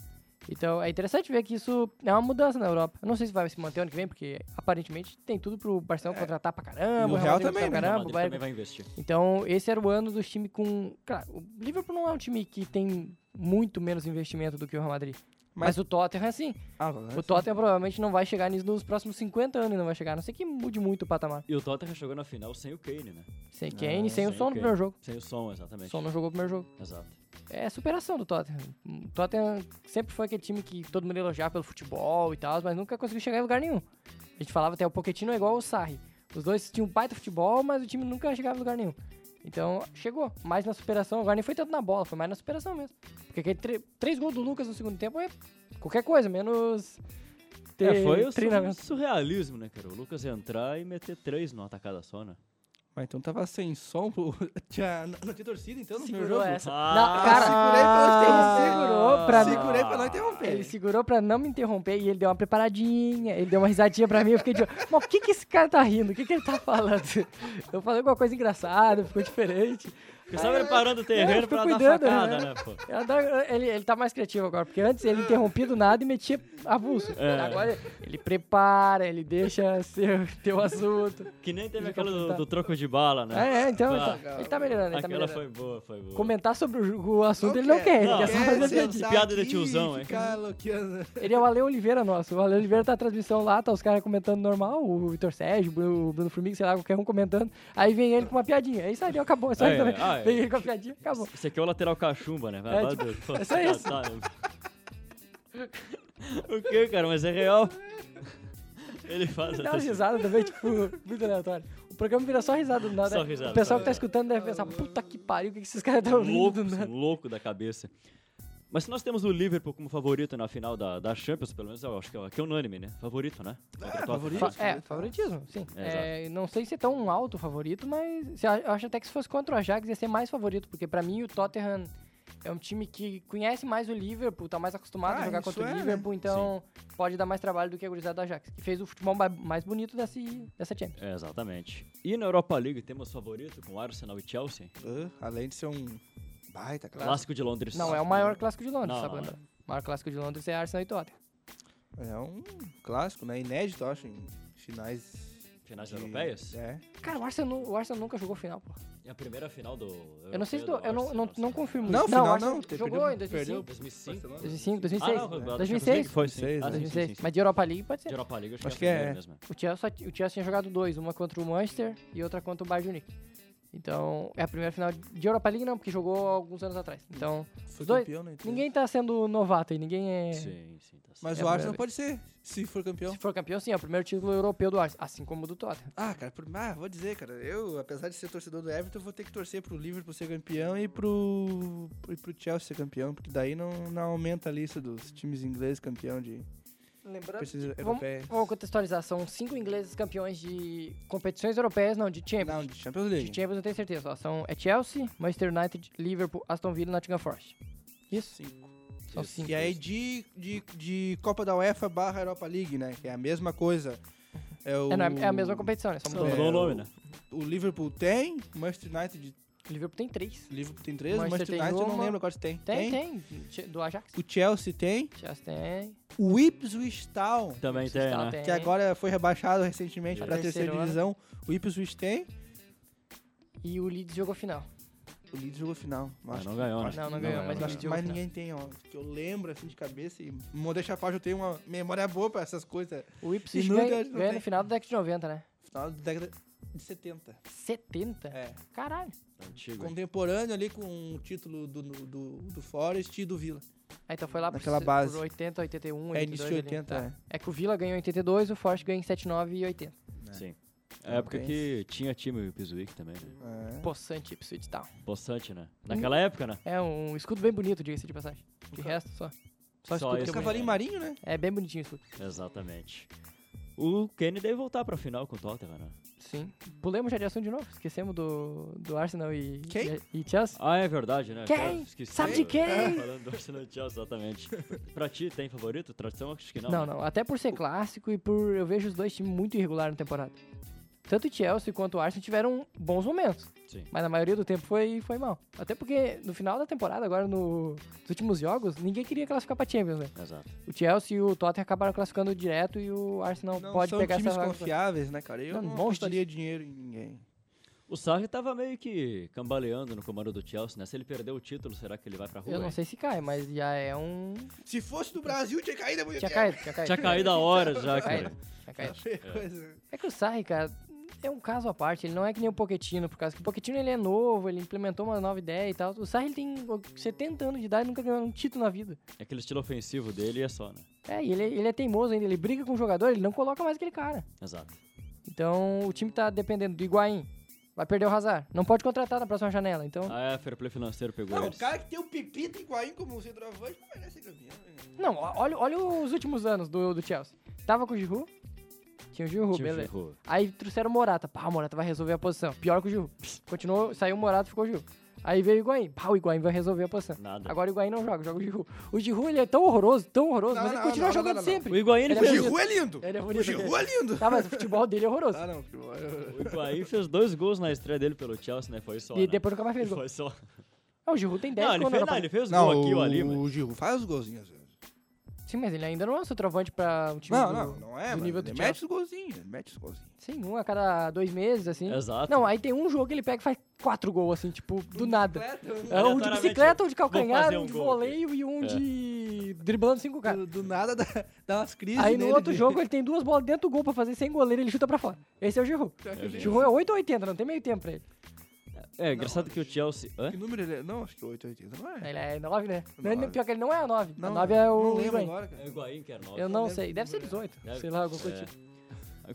[SPEAKER 4] Então é interessante ver que isso é uma mudança na Europa. Eu não sei se vai se manter ano que vem, porque aparentemente tem tudo pro Barcelona contratar
[SPEAKER 3] É.
[SPEAKER 4] pra
[SPEAKER 3] E o
[SPEAKER 4] caramba, o Real,
[SPEAKER 3] Real
[SPEAKER 4] Madrid
[SPEAKER 3] também,
[SPEAKER 2] O Real
[SPEAKER 3] né?
[SPEAKER 4] pra caramba, o
[SPEAKER 2] Madrid
[SPEAKER 4] Bayern
[SPEAKER 2] também vai investir.
[SPEAKER 4] Então, esse era o ano dos times com. Claro, o Liverpool não é um time que tem muito menos investimento do que o Real Madrid. Mas,
[SPEAKER 3] Mas-
[SPEAKER 4] o Tottenham é assim.
[SPEAKER 3] Ah, vai.
[SPEAKER 4] o Tottenham provavelmente não vai chegar nisso nos próximos 50 anos, não vai chegar. A não sei que mude muito o patamar.
[SPEAKER 2] E o Tottenham chegou na final sem o Kane, né?
[SPEAKER 4] Sem Kane, É, sem o
[SPEAKER 2] sem o
[SPEAKER 4] som no
[SPEAKER 2] Kane.
[SPEAKER 4] primeiro jogo.
[SPEAKER 2] Sem o som, exatamente.
[SPEAKER 4] Som não jogou o primeiro jogo.
[SPEAKER 2] Exato.
[SPEAKER 4] É superação do Tottenham. O Tottenham sempre foi aquele time que todo mundo elogiava pelo futebol e tal, mas nunca conseguiu chegar em lugar nenhum. A gente falava até o Pochettino é igual o Sarri. Os dois tinham um baita futebol, mas o time nunca chegava em lugar nenhum. Então, chegou. Mais na superação. Agora nem foi tanto na bola, foi mais na superação mesmo. Porque aquele tre- três gols do Lucas no segundo tempo é qualquer coisa, menos ter
[SPEAKER 2] É, foi o sur-
[SPEAKER 4] treinamento.
[SPEAKER 2] surrealismo, né, cara? O Lucas entrar e meter três numa atacada só, né?
[SPEAKER 3] Mas então tava sem som. pô. Tinha, não, não tinha torcida, então, no primeiro
[SPEAKER 4] Segurou
[SPEAKER 3] jogo?
[SPEAKER 4] essa.
[SPEAKER 2] Ah,
[SPEAKER 4] Não, cara,
[SPEAKER 3] segurei pra não
[SPEAKER 4] ele segurou pra
[SPEAKER 3] ah,
[SPEAKER 4] mim.
[SPEAKER 3] Segurei pra um não interromper.
[SPEAKER 2] É.
[SPEAKER 4] Ele segurou pra não me interromper e ele deu uma preparadinha, ele deu uma risadinha pra mim. Eu fiquei de. Mas o que, que esse cara tá rindo? O que, que ele tá falando? Eu falei alguma coisa engraçada, ficou diferente.
[SPEAKER 2] Porque só preparando o terreno
[SPEAKER 4] fica
[SPEAKER 2] pra dar
[SPEAKER 4] cuidando,
[SPEAKER 2] facada,
[SPEAKER 4] né?
[SPEAKER 2] né, pô?
[SPEAKER 4] Ela dá- Ele, ele tá mais criativo agora, porque antes ele interrompia do nada e metia avulso.
[SPEAKER 2] É.
[SPEAKER 4] Agora ele prepara, ele deixa seu, teu assunto.
[SPEAKER 2] Que nem teve
[SPEAKER 4] Fica
[SPEAKER 2] aquela do,
[SPEAKER 4] apontado.
[SPEAKER 2] do troco de bala, né?
[SPEAKER 4] É, é, então
[SPEAKER 2] Ah,
[SPEAKER 4] ele tá, ele tá melhorando, ele tá
[SPEAKER 2] Aquela
[SPEAKER 4] melhorando.
[SPEAKER 2] foi boa, foi boa.
[SPEAKER 4] Comentar sobre o, ju- o assunto ele
[SPEAKER 3] Não
[SPEAKER 4] não quer, ele
[SPEAKER 2] Não, é,
[SPEAKER 4] quer só
[SPEAKER 2] quer
[SPEAKER 4] fazer
[SPEAKER 2] ser
[SPEAKER 4] piadinha.
[SPEAKER 2] sentar Piada de aqui tiozão, e hein? ficar
[SPEAKER 4] Ele é o Ale Oliveira nosso. O Ale Oliveira tá na transmissão lá, tá os caras comentando normal, o Vitor Sérgio, o Bruno, o Bruno Formiga, sei lá, qualquer um comentando. Aí vem ele com uma piadinha. É isso aí, acabou. É só
[SPEAKER 2] Ah,
[SPEAKER 4] isso
[SPEAKER 2] é,
[SPEAKER 4] também.
[SPEAKER 2] ah, é.
[SPEAKER 4] Vem ele com a piadinha, acabou.
[SPEAKER 2] Esse aqui é o lateral cachumba, né? Vai,
[SPEAKER 4] É,
[SPEAKER 2] vai,
[SPEAKER 4] tipo,
[SPEAKER 2] Deus, pô.
[SPEAKER 4] é só isso.
[SPEAKER 2] Tá, tá. O que, cara? Mas é real. Ele faz assim,
[SPEAKER 4] Dá uma
[SPEAKER 2] até-
[SPEAKER 4] risada também, tipo, muito aleatório. O programa vira só risada do nada.
[SPEAKER 2] Só risada,
[SPEAKER 4] o pessoal
[SPEAKER 2] só
[SPEAKER 4] que tá escutando deve pensar, puta que pariu, o que que esses caras estão
[SPEAKER 2] louco,
[SPEAKER 4] rindo do nada?
[SPEAKER 2] um louco da cabeça. Mas se nós temos o Liverpool como favorito na final da, da Champions, pelo menos eu acho que é, que é unânime, né? Favorito, né? Contra o Tottenham.
[SPEAKER 3] favorito.
[SPEAKER 4] Fa- É, favoritismo, sim.
[SPEAKER 2] É, exato.
[SPEAKER 4] É, não sei se é tão alto o favorito, mas se- eu acho até que se fosse contra o Ajax ia ser mais favorito, porque pra mim o Tottenham é um time que conhece mais o Liverpool, tá mais acostumado
[SPEAKER 3] Ah,
[SPEAKER 4] a jogar
[SPEAKER 3] isso
[SPEAKER 4] contra
[SPEAKER 3] é,
[SPEAKER 4] o
[SPEAKER 3] né?
[SPEAKER 4] Liverpool, então pode dar mais trabalho do que a gurizada do Ajax, que fez o futebol ma- mais bonito desse, dessa Champions.
[SPEAKER 2] É, exatamente. E na Europa League temos favorito com Arsenal e Chelsea?
[SPEAKER 3] Além de ser um baita clássico.
[SPEAKER 2] Clássico de Londres.
[SPEAKER 4] Não, é o maior clássico de Londres,
[SPEAKER 2] Não,
[SPEAKER 4] sabe?
[SPEAKER 2] não, é.
[SPEAKER 4] lembrar? O maior clássico de Londres é Arsenal e Tottenham.
[SPEAKER 3] É um clássico, né? Inédito, eu acho, em finais...
[SPEAKER 2] Finais
[SPEAKER 3] de-
[SPEAKER 2] europeias? É.
[SPEAKER 3] É.
[SPEAKER 4] Cara, o Arsenal, nu- o Arsenal nunca jogou final, pô.
[SPEAKER 2] a primeira final do.
[SPEAKER 4] Eu não sei se... do- eu não, não, não confirmo
[SPEAKER 3] Não,
[SPEAKER 4] isso.
[SPEAKER 3] final
[SPEAKER 4] o Arsenal
[SPEAKER 3] não, te-
[SPEAKER 4] Jogou
[SPEAKER 3] perdeu-
[SPEAKER 4] em 2005,
[SPEAKER 2] 2005.
[SPEAKER 4] 2005,
[SPEAKER 2] Ah,
[SPEAKER 4] 2006.
[SPEAKER 2] não, da Champions
[SPEAKER 4] 2006.
[SPEAKER 2] League Foi sim.
[SPEAKER 3] 2006,
[SPEAKER 2] Ah, sim, sim,
[SPEAKER 4] 2006.
[SPEAKER 2] sim, sim.
[SPEAKER 4] Mas de Europa League pode ser.
[SPEAKER 2] De Europa League, acho,
[SPEAKER 3] Acho
[SPEAKER 2] que é a
[SPEAKER 3] que
[SPEAKER 2] primeira
[SPEAKER 3] é.
[SPEAKER 2] mesmo.
[SPEAKER 4] O Chelsea, só t- o Chelsea tinha jogado dois, uma contra o Manchester e outra contra o Bayern de Munique. Então, é a primeira final de Europa League não, porque jogou alguns anos atrás. Então,
[SPEAKER 3] Foi
[SPEAKER 4] dois-
[SPEAKER 3] campeão, né?
[SPEAKER 4] ninguém tá sendo novato aí, ninguém é...
[SPEAKER 2] Sim, sim, tá certo.
[SPEAKER 3] Mas
[SPEAKER 4] É
[SPEAKER 3] o
[SPEAKER 4] a
[SPEAKER 3] Arsenal
[SPEAKER 4] primeira
[SPEAKER 3] pode ser, se for campeão.
[SPEAKER 4] Se for campeão, sim, é o primeiro título europeu do Arsenal, assim como o do Tottenham.
[SPEAKER 3] Ah, cara, por... ah, vou dizer, cara, eu, apesar de ser torcedor do Everton, vou ter que torcer pro Liverpool ser campeão e pro, e pro Chelsea ser campeão, porque daí não, não aumenta a lista dos times ingleses campeão de
[SPEAKER 4] Lembrando...
[SPEAKER 3] competições
[SPEAKER 4] Vamos, um
[SPEAKER 3] europeias.
[SPEAKER 4] vamos contextualizar, são cinco ingleses campeões de competições europeias, não, de Champions.
[SPEAKER 3] Não, de Champions
[SPEAKER 4] de
[SPEAKER 3] League.
[SPEAKER 4] Champions eu tenho certeza, ó, são, é Chelsea, Manchester United, Liverpool, Aston Villa e Nottingham Forest. Isso,
[SPEAKER 3] Cinco.
[SPEAKER 4] são
[SPEAKER 2] Isso.
[SPEAKER 4] cinco.
[SPEAKER 3] E aí de, de, de Copa da UEFA barra Europa League, né? Que é a mesma coisa. É, o,
[SPEAKER 4] É, não, é- é a mesma competição, né? Só
[SPEAKER 2] Só
[SPEAKER 4] mudou.
[SPEAKER 3] É,
[SPEAKER 2] mudou o nome,
[SPEAKER 3] o-
[SPEAKER 2] né?
[SPEAKER 3] O Liverpool tem, o Manchester United,
[SPEAKER 4] O Liverpool tem três.
[SPEAKER 3] o Liverpool tem 13, o
[SPEAKER 4] Manchester
[SPEAKER 3] Manchester
[SPEAKER 4] tem
[SPEAKER 3] United eu não
[SPEAKER 4] uma.
[SPEAKER 3] lembro agora se tem.
[SPEAKER 4] Tem, tem, tem do Ajax.
[SPEAKER 3] O Chelsea tem.
[SPEAKER 4] Chelsea tem.
[SPEAKER 3] O Ipswich Town,
[SPEAKER 2] Também tem,
[SPEAKER 4] Crystal
[SPEAKER 2] né?
[SPEAKER 4] tem.
[SPEAKER 3] que agora foi rebaixado recentemente
[SPEAKER 4] Pra
[SPEAKER 3] pra terceira
[SPEAKER 4] terceirona.
[SPEAKER 3] divisão. O Ipswich tem.
[SPEAKER 4] E o Leeds jogou final.
[SPEAKER 3] O Leeds jogou final.
[SPEAKER 2] Mas
[SPEAKER 3] acho
[SPEAKER 2] não
[SPEAKER 3] que-
[SPEAKER 2] ganhou, né?
[SPEAKER 3] acho
[SPEAKER 4] Não,
[SPEAKER 3] que
[SPEAKER 4] não ganhou, mas
[SPEAKER 3] acho
[SPEAKER 4] o Leeds
[SPEAKER 3] que
[SPEAKER 4] jogou
[SPEAKER 3] mais
[SPEAKER 4] final.
[SPEAKER 3] ninguém tem, ó. Que eu lembro assim de cabeça e modéstia à parte, eu tenho uma memória boa pra essas coisas.
[SPEAKER 4] O Ipswich
[SPEAKER 3] E nunca-
[SPEAKER 4] ganha,
[SPEAKER 3] não
[SPEAKER 4] ganha
[SPEAKER 3] tem.
[SPEAKER 4] no final da década de 90, né?
[SPEAKER 3] Final da década de 70.
[SPEAKER 4] 70?
[SPEAKER 3] É.
[SPEAKER 4] Caralho.
[SPEAKER 2] Antigo. hein?
[SPEAKER 3] contemporâneo ali com o título do, do, do Forest e do Villa.
[SPEAKER 4] Aí então foi lá
[SPEAKER 3] Naquela
[SPEAKER 4] por,
[SPEAKER 3] base.
[SPEAKER 4] por 80, 81,
[SPEAKER 3] É
[SPEAKER 4] 82.
[SPEAKER 3] início de 80,
[SPEAKER 4] ali, tá. é. que o Villa ganhou em 82, o Forte ganha em 79 e 80.
[SPEAKER 2] Sim. É a época que tinha time o Pizwick também, né?
[SPEAKER 3] é.
[SPEAKER 4] Possante Ipswich Town.
[SPEAKER 2] Possante, né?
[SPEAKER 4] Hum.
[SPEAKER 2] Naquela época, né?
[SPEAKER 4] É um escudo bem bonito, diga-se de passagem. De
[SPEAKER 3] Nunca-
[SPEAKER 4] resto,
[SPEAKER 2] Só
[SPEAKER 4] só. Só, escudo
[SPEAKER 2] esse
[SPEAKER 3] É. O
[SPEAKER 4] que
[SPEAKER 2] cavalo-
[SPEAKER 4] eu conheço.
[SPEAKER 3] Cavalinho Marinho, né?
[SPEAKER 4] É bem bonitinho o escudo.
[SPEAKER 2] Exatamente. O Kane deve voltar pra final com o Tottenham, né?
[SPEAKER 4] Sim. Pulemos já de assunto de novo. Esquecemos do, do Arsenal e,
[SPEAKER 3] Quem?
[SPEAKER 4] e, e Chelsea.
[SPEAKER 2] Ah, é verdade, né?
[SPEAKER 4] Quem?
[SPEAKER 2] Cara, esqueci.
[SPEAKER 4] Sabe de quem?
[SPEAKER 2] Falando do Arsenal e Chelsea, exatamente. pra ti, tem favorito? Tradição? Acho que não.
[SPEAKER 4] Não,
[SPEAKER 2] né?
[SPEAKER 4] não. Até por ser clássico e por eu vejo os dois times muito irregular na temporada. Tanto o Chelsea quanto o Arsenal tiveram bons momentos,
[SPEAKER 2] Sim.
[SPEAKER 4] mas na maioria do tempo foi, foi mal. Até porque no final da temporada, agora no, nos últimos jogos, ninguém queria classificar pra Champions, né?
[SPEAKER 2] Exato.
[SPEAKER 4] O Chelsea e o Tottenham acabaram classificando direto e o Arsenal
[SPEAKER 3] Não
[SPEAKER 4] pode
[SPEAKER 3] são
[SPEAKER 4] pegar
[SPEAKER 3] times
[SPEAKER 4] essa vaga.
[SPEAKER 3] confiáveis, né, cara? Eu
[SPEAKER 4] Não,
[SPEAKER 3] não,
[SPEAKER 4] bons
[SPEAKER 3] apostaria dinheiro em ninguém.
[SPEAKER 2] O Sarri tava meio que cambaleando no comando do Chelsea, né? Se ele perder o título, será que ele vai pra rua?
[SPEAKER 4] Eu não
[SPEAKER 2] hein?
[SPEAKER 4] sei se cai, mas já é um...
[SPEAKER 3] Se fosse do Brasil, tinha caído há muito
[SPEAKER 4] Tinha
[SPEAKER 3] tempo.
[SPEAKER 4] caído, tinha caído.
[SPEAKER 2] Tinha caído a hora já,
[SPEAKER 4] Tinha
[SPEAKER 2] cara.
[SPEAKER 4] caído, tinha caído.
[SPEAKER 3] Coisa.
[SPEAKER 4] É que o Sarri, cara, é um caso à parte. Ele não é que nem o Poquetino, por causa que o Poquetino ele é novo, ele implementou uma nova ideia e tal. O Sarri ele tem 70 anos de idade e nunca ganhou um título na vida.
[SPEAKER 2] Aquele estilo ofensivo dele é só, né?
[SPEAKER 4] É, e ele, ele é teimoso ainda, ele briga com o jogador, ele não coloca mais aquele cara.
[SPEAKER 2] Exato.
[SPEAKER 4] Então o time tá dependendo do Higuaín. Vai perder o Hazard. Não pode contratar na próxima janela, então...
[SPEAKER 2] Ah, é, Fair Play Financeiro pegou
[SPEAKER 3] Não,
[SPEAKER 2] ele.
[SPEAKER 3] o cara que tem o Pepita e Guaim como um centroavante não merece ser campeão. né?
[SPEAKER 4] Não, ó- olha, olha os últimos anos do, do Chelsea. Tava com o Giroud? Tinha o Giroud, beleza. Aí trouxeram o Morata. Pá, o Morata vai resolver a posição. Pior que o Gil. Continuou, saiu o Morata, ficou o Gil. Aí veio o Higuaín. Pá, o Higuaín vai resolver a posição.
[SPEAKER 2] Nada.
[SPEAKER 4] Agora o Higuaín não joga, joga o Giroud. O Giroud, ele é tão horroroso, tão horroroso,
[SPEAKER 3] Não,
[SPEAKER 4] mas ele
[SPEAKER 3] não,
[SPEAKER 4] continua
[SPEAKER 3] não, não,
[SPEAKER 4] jogando
[SPEAKER 3] não, não.
[SPEAKER 4] sempre.
[SPEAKER 2] O Higuaín, ele
[SPEAKER 4] Ele é
[SPEAKER 3] O
[SPEAKER 2] fez,
[SPEAKER 3] Giroud é lindo.
[SPEAKER 4] Ele é
[SPEAKER 3] O
[SPEAKER 4] bonito.
[SPEAKER 3] Giroud é lindo.
[SPEAKER 4] Tá, mas o futebol dele é horroroso.
[SPEAKER 3] Ah, não. Giroud é-
[SPEAKER 2] o Higuaín fez dois gols na estreia dele pelo Chelsea, né? Foi só.
[SPEAKER 4] e
[SPEAKER 2] né?
[SPEAKER 4] depois nunca mais fez gol.
[SPEAKER 2] Foi só.
[SPEAKER 4] Ah, o Giroud tem 10
[SPEAKER 2] Não, ele
[SPEAKER 4] gols na
[SPEAKER 2] fez, não,
[SPEAKER 4] Europa
[SPEAKER 2] ele fez
[SPEAKER 3] Não,
[SPEAKER 2] gol aqui ou ali, mas.
[SPEAKER 3] o Giroud faz os golzinhos às vezes.
[SPEAKER 4] Sim, mas ele ainda não é um centroavante pra um time
[SPEAKER 3] Não,
[SPEAKER 4] do-
[SPEAKER 3] não, não é.
[SPEAKER 4] do
[SPEAKER 3] mas
[SPEAKER 4] nível
[SPEAKER 3] ele
[SPEAKER 4] do
[SPEAKER 3] mete os golzinhos, ele mete os golzinhos.
[SPEAKER 4] Sim, um a cada dois meses, assim.
[SPEAKER 2] Exato.
[SPEAKER 4] Não, aí tem um jogo que ele pega e faz quatro gols, assim, tipo, do nada.
[SPEAKER 3] né?
[SPEAKER 4] É um de
[SPEAKER 2] Aleatoriamente,
[SPEAKER 4] bicicleta, um de
[SPEAKER 2] vou
[SPEAKER 4] calcanhar,
[SPEAKER 2] fazer
[SPEAKER 4] um,
[SPEAKER 2] um
[SPEAKER 4] de
[SPEAKER 2] gol
[SPEAKER 4] voleio e um
[SPEAKER 2] É.
[SPEAKER 4] de driblando cinco caras.
[SPEAKER 3] Do, do nada dá, dá umas crises.
[SPEAKER 4] É. Aí no
[SPEAKER 3] nele né?
[SPEAKER 4] outro
[SPEAKER 3] de-
[SPEAKER 4] jogo ele tem duas bolas dentro do gol pra fazer sem goleiro, ele chuta pra fora. Esse é o Giroud.
[SPEAKER 3] É,
[SPEAKER 4] O Giroud é 8 ou 80, não tem meio tempo pra ele.
[SPEAKER 2] É, engraçado que o Chelsea. Hã?
[SPEAKER 3] Que número ele é? Não, acho que 880, não é?
[SPEAKER 4] Ele né? é 9, né? Não,
[SPEAKER 3] Nove.
[SPEAKER 4] pior que ele não é a 9.
[SPEAKER 3] Não,
[SPEAKER 4] a 9 é
[SPEAKER 3] não
[SPEAKER 4] o
[SPEAKER 3] lembro
[SPEAKER 4] Higuaín.
[SPEAKER 3] agora, cara.
[SPEAKER 2] É o Higuaín que é nove.
[SPEAKER 4] Eu não
[SPEAKER 3] lembro
[SPEAKER 4] sei,
[SPEAKER 3] do
[SPEAKER 4] deve ser
[SPEAKER 3] número,
[SPEAKER 4] 18.
[SPEAKER 2] Deve-
[SPEAKER 4] Sei lá, alguma coisa.
[SPEAKER 2] É.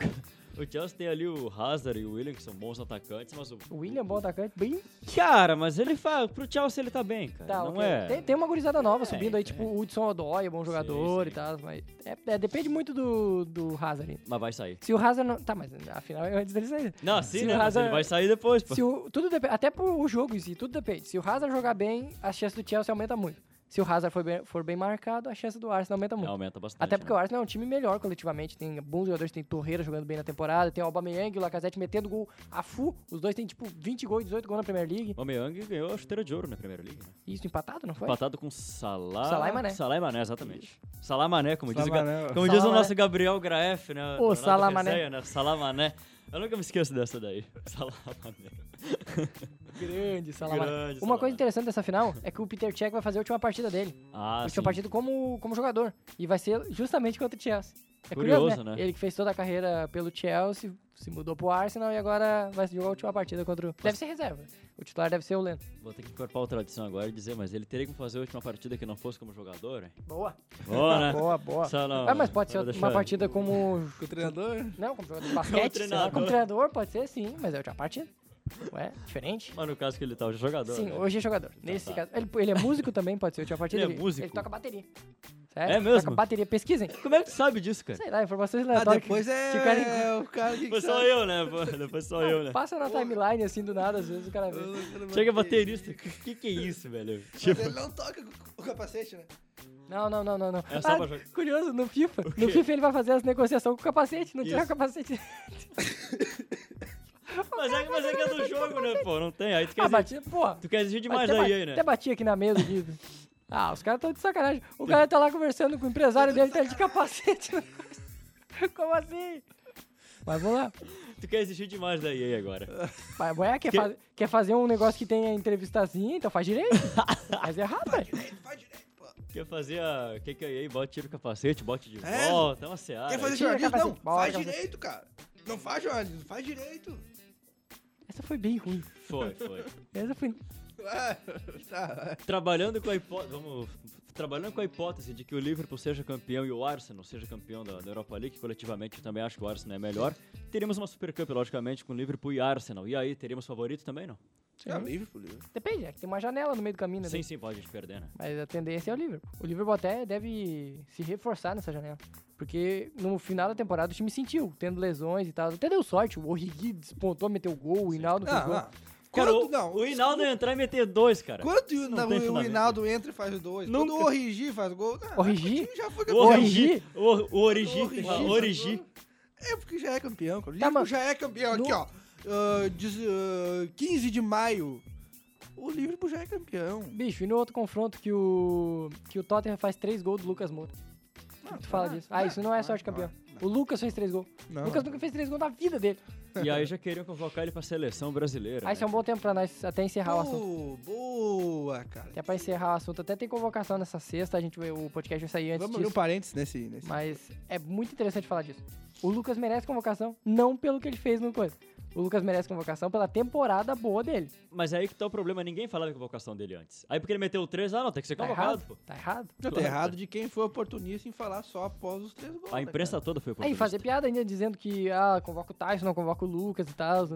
[SPEAKER 4] tipo.
[SPEAKER 2] O Chelsea tem ali o Hazard e o William, que são bons atacantes, mas o.
[SPEAKER 4] O William, é bom atacante, bem.
[SPEAKER 2] Cara, mas ele faz. Pro Chelsea ele tá bem, cara.
[SPEAKER 4] Tá,
[SPEAKER 2] não
[SPEAKER 4] ok.
[SPEAKER 2] é.
[SPEAKER 4] Tem, tem uma gurizada nova
[SPEAKER 2] É,
[SPEAKER 4] subindo aí,
[SPEAKER 2] é.
[SPEAKER 4] tipo o Hudson Odoi, é bom jogador
[SPEAKER 2] sim.
[SPEAKER 4] e tal, mas. é- é, depende muito do, do Hazard. ainda.
[SPEAKER 2] Mas vai sair.
[SPEAKER 4] Se o Hazard não. Tá, mas afinal é antes dele sair.
[SPEAKER 2] Não, sim,
[SPEAKER 4] Se
[SPEAKER 2] né?
[SPEAKER 4] o
[SPEAKER 2] mas
[SPEAKER 4] Hazard-
[SPEAKER 2] Ele vai sair depois, pô.
[SPEAKER 4] Se o, tudo depende, até pro jogo em si, tudo depende. Se o Hazard jogar bem, a chance do Chelsea aumenta muito. Se o Hazard for bem, for bem marcado, a chance do Arsenal aumenta muito.
[SPEAKER 2] Aumenta bastante.
[SPEAKER 4] até porque
[SPEAKER 2] né?
[SPEAKER 4] o Arsenal é um time melhor coletivamente, tem bons jogadores, tem Torreira jogando bem na temporada, tem o Aubameyang e o Lacazette metendo gol a fu, os dois têm tipo 20 gols, 18 gols na Premier League.
[SPEAKER 2] O Aubameyang ganhou a chuteira de ouro na Primeira Liga, né?
[SPEAKER 4] Isso empatado, não foi?
[SPEAKER 2] Empatado com Salah...
[SPEAKER 4] Salah e Mané.
[SPEAKER 2] Salah e Mané, exatamente. Salah Mané, como, diz, o
[SPEAKER 3] Salah
[SPEAKER 2] Ga-
[SPEAKER 3] Mané, ó.
[SPEAKER 2] como
[SPEAKER 4] Salah
[SPEAKER 2] diz o nosso
[SPEAKER 4] Mané.
[SPEAKER 2] Gabriel Graef, né?
[SPEAKER 4] Ô,
[SPEAKER 2] Ronaldo
[SPEAKER 4] Salah Mané.
[SPEAKER 2] Resenha, Né? Salah Mané. Eu nunca me esqueço dessa daí. Salah Mané.
[SPEAKER 4] Grande, Salamar.
[SPEAKER 2] Grande,
[SPEAKER 4] Uma
[SPEAKER 2] Salah.
[SPEAKER 4] coisa interessante dessa final é que o Peter Cech vai fazer a última partida dele.
[SPEAKER 2] Ah,
[SPEAKER 4] a
[SPEAKER 2] sim.
[SPEAKER 4] última partida como, como jogador. E vai ser justamente contra o Chelsea. É
[SPEAKER 2] Curioso,
[SPEAKER 4] curioso,
[SPEAKER 2] né?
[SPEAKER 4] né? Ele que fez toda a carreira pelo Chelsea, se mudou pro Arsenal e agora vai jogar a última partida contra o... Deve ser reserva. O titular deve ser o Leno.
[SPEAKER 2] Vou ter que encorpar o tradição agora e dizer, mas ele teria que fazer a última partida que não fosse como jogador, hein?
[SPEAKER 4] Boa.
[SPEAKER 2] Boa, né?
[SPEAKER 4] Boa, boa.
[SPEAKER 2] Só não-
[SPEAKER 4] Ah, mas pode ser
[SPEAKER 2] para
[SPEAKER 4] uma
[SPEAKER 2] deixar-
[SPEAKER 4] partida como...
[SPEAKER 3] Com o treinador.
[SPEAKER 4] Não, como jogador de basquete, sei lá,
[SPEAKER 2] treinador.
[SPEAKER 4] como treinador, pode ser sim, mas é a última partida. Ué, diferente.
[SPEAKER 2] Mas no caso que ele tá hoje é jogador,
[SPEAKER 4] Sim,
[SPEAKER 2] né?
[SPEAKER 4] hoje é jogador. Nesse
[SPEAKER 2] tá.
[SPEAKER 4] caso. Ele, ele é músico também, pode ser. Eu tinha partida.
[SPEAKER 2] Ele é músico?
[SPEAKER 4] Ele toca bateria.
[SPEAKER 2] É
[SPEAKER 4] Sério?
[SPEAKER 2] mesmo?
[SPEAKER 4] Toca bateria. Pesquisem.
[SPEAKER 2] Como é que tu sabe disso, cara?
[SPEAKER 4] Sei lá, informações
[SPEAKER 3] Ah,
[SPEAKER 4] aleatórias.
[SPEAKER 3] depois
[SPEAKER 4] que-
[SPEAKER 3] é,
[SPEAKER 4] que o cara
[SPEAKER 3] é o cara que.
[SPEAKER 2] Foi só eu, né? Pô, Foi só eu, né?
[SPEAKER 4] Passa na timeline assim do nada, às vezes o cara vê.
[SPEAKER 2] Chega baterista. O que que é isso, velho?
[SPEAKER 3] Mas
[SPEAKER 4] Tipo,
[SPEAKER 3] ele não toca com- com o capacete, né?
[SPEAKER 4] Não, não, não, não. não.
[SPEAKER 2] É só
[SPEAKER 4] Ah,
[SPEAKER 2] pra jogar.
[SPEAKER 4] Curioso, no FIFA.
[SPEAKER 2] quê?
[SPEAKER 4] No FIFA ele vai fazer as negociações com o capacete, não tira
[SPEAKER 2] Isso.
[SPEAKER 4] o capacete.
[SPEAKER 2] Mas é, mas é que é do jogo, né, pô? Não tem. Aí tu quer
[SPEAKER 4] Ah,
[SPEAKER 2] exigir,
[SPEAKER 4] batia, porra.
[SPEAKER 2] tu quer exigir demais
[SPEAKER 4] até,
[SPEAKER 2] da
[SPEAKER 4] ba-
[SPEAKER 2] EA, né?
[SPEAKER 4] até bati aqui na mesa aqui. Ah, os caras estão de sacanagem. O cara tá lá conversando com o empresário dele, tá de capacete. Como assim? Mas vamos lá.
[SPEAKER 2] Tu quer exigir demais da EA agora.
[SPEAKER 4] Mas ué, quer,
[SPEAKER 2] Que-
[SPEAKER 4] faz- quer fazer um negócio que tenha entrevistazinha, então faz direito. Mas é errado, velho.
[SPEAKER 3] Faz direito, pô.
[SPEAKER 2] Quer fazer a... Quer que a EA bote, tira o capacete, bote de
[SPEAKER 3] É.
[SPEAKER 2] volta, é uma seara.
[SPEAKER 3] Quer fazer
[SPEAKER 4] tira
[SPEAKER 3] jornalismo? Não,
[SPEAKER 4] capacete, bora,
[SPEAKER 3] faz
[SPEAKER 4] capacete.
[SPEAKER 3] direito, cara. Não faz jornalismo, faz direito.
[SPEAKER 4] Essa foi bem ruim.
[SPEAKER 2] Foi, foi.
[SPEAKER 4] Essa foi.
[SPEAKER 3] Ah, tá.
[SPEAKER 2] Trabalhando com a hipótese... Vamos... Trabalhando com a hipótese de que o Liverpool seja campeão e o Arsenal seja campeão da, da Europa League, coletivamente eu também acho que o Arsenal é melhor, teríamos uma Supercup, logicamente, com Liverpool e Arsenal. E aí, teríamos favorito também, não?
[SPEAKER 3] É livre pro livro.
[SPEAKER 4] Depende, é que tem uma janela no meio do caminho, né?
[SPEAKER 2] Sim, sim, pode a gente perder, né?
[SPEAKER 4] Mas a tendência é o Liverpool. O Liverpool até deve se reforçar nessa janela. Porque no final da temporada o time sentiu, tendo lesões e tal. Até deu sorte, o Origi despontou, meteu gol, o Hinaldo fez gol.
[SPEAKER 3] Ah, ah.
[SPEAKER 2] Cara,
[SPEAKER 3] Quanto,
[SPEAKER 2] o,
[SPEAKER 3] não,
[SPEAKER 2] o Hinaldo ia entrar e meter dois, cara.
[SPEAKER 3] Quando o,
[SPEAKER 2] Não tem
[SPEAKER 3] o,
[SPEAKER 2] fundamento.
[SPEAKER 3] Hinaldo entra e faz dois,
[SPEAKER 2] Nunca.
[SPEAKER 3] quando o Origi faz gol, não,
[SPEAKER 4] Origi?
[SPEAKER 3] o time já foi
[SPEAKER 2] O
[SPEAKER 3] campeão.
[SPEAKER 2] Origi. O, o Origi.
[SPEAKER 3] Origi.
[SPEAKER 2] O Origi.
[SPEAKER 3] É porque já é campeão, cara. O
[SPEAKER 4] Tá,
[SPEAKER 3] Liverpool
[SPEAKER 4] mas-
[SPEAKER 3] já é campeão.
[SPEAKER 4] No-
[SPEAKER 3] Aqui, ó. Ah, diz, ah, 15 de maio. O Liverpool já é campeão.
[SPEAKER 4] Bicho, e no outro confronto que o. que o Tottenham faz três gols do Lucas Moura. O que tu fala disso? Ah, isso não é sorte, campeão. O Lucas fez três gols.
[SPEAKER 3] Não.
[SPEAKER 4] O Lucas nunca fez três gols na vida dele.
[SPEAKER 2] E aí já queriam convocar ele pra seleção brasileira. né?
[SPEAKER 4] Ah, isso é um bom tempo pra nós até encerrar o assunto.
[SPEAKER 3] Pô, boa, cara.
[SPEAKER 4] Até pra encerrar o assunto. Até tem convocação nessa sexta, a gente, vai- o podcast vai sair antes
[SPEAKER 3] Vamos abrir
[SPEAKER 4] disso.
[SPEAKER 3] um parênteses nesse. nesse.
[SPEAKER 4] Mas é muito interessante falar disso. O Lucas merece convocação, não pelo que ele fez no coisa. O Lucas merece convocação pela temporada boa dele.
[SPEAKER 2] Mas aí que tá o problema, ninguém falava da convocação dele antes. Aí porque ele meteu três, ah não, tem que ser
[SPEAKER 4] Tá
[SPEAKER 2] convocado,
[SPEAKER 4] errado?
[SPEAKER 2] pô.
[SPEAKER 4] Tá errado.
[SPEAKER 3] Não, tá errado de quem foi oportunista em falar só após os três gols.
[SPEAKER 2] A
[SPEAKER 3] né,
[SPEAKER 2] imprensa toda foi
[SPEAKER 4] Aí
[SPEAKER 2] oportunista.
[SPEAKER 4] fazer piada ainda dizendo que ah, convoca o Tyson, não convoca o Lucas e tal.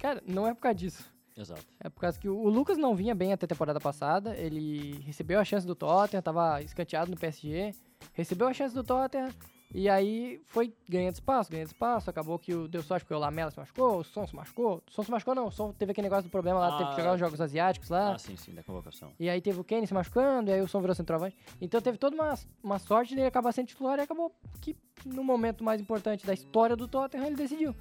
[SPEAKER 4] Cara, não é por causa disso.
[SPEAKER 2] Exato.
[SPEAKER 4] É por causa que o o Lucas não vinha bem até a temporada passada. Ele recebeu a chance do Tottenham, tava escanteado no PSG. Recebeu a chance do Tottenham, E aí foi ganhando espaço, ganhando espaço. Acabou que o deu sorte porque o Lamela se machucou, o Son se machucou. O Son se machucou, não. O Son teve aquele negócio do problema lá, teve que
[SPEAKER 2] Ah.
[SPEAKER 4] jogar os jogos asiáticos lá.
[SPEAKER 2] Ah, sim, sim, da convocação.
[SPEAKER 4] E aí teve o Kenny se machucando, e aí o Son virou centroavante. Então teve toda uma, uma sorte dele acabar sendo titular e acabou que no momento mais importante da história do Tottenham ele decidiu.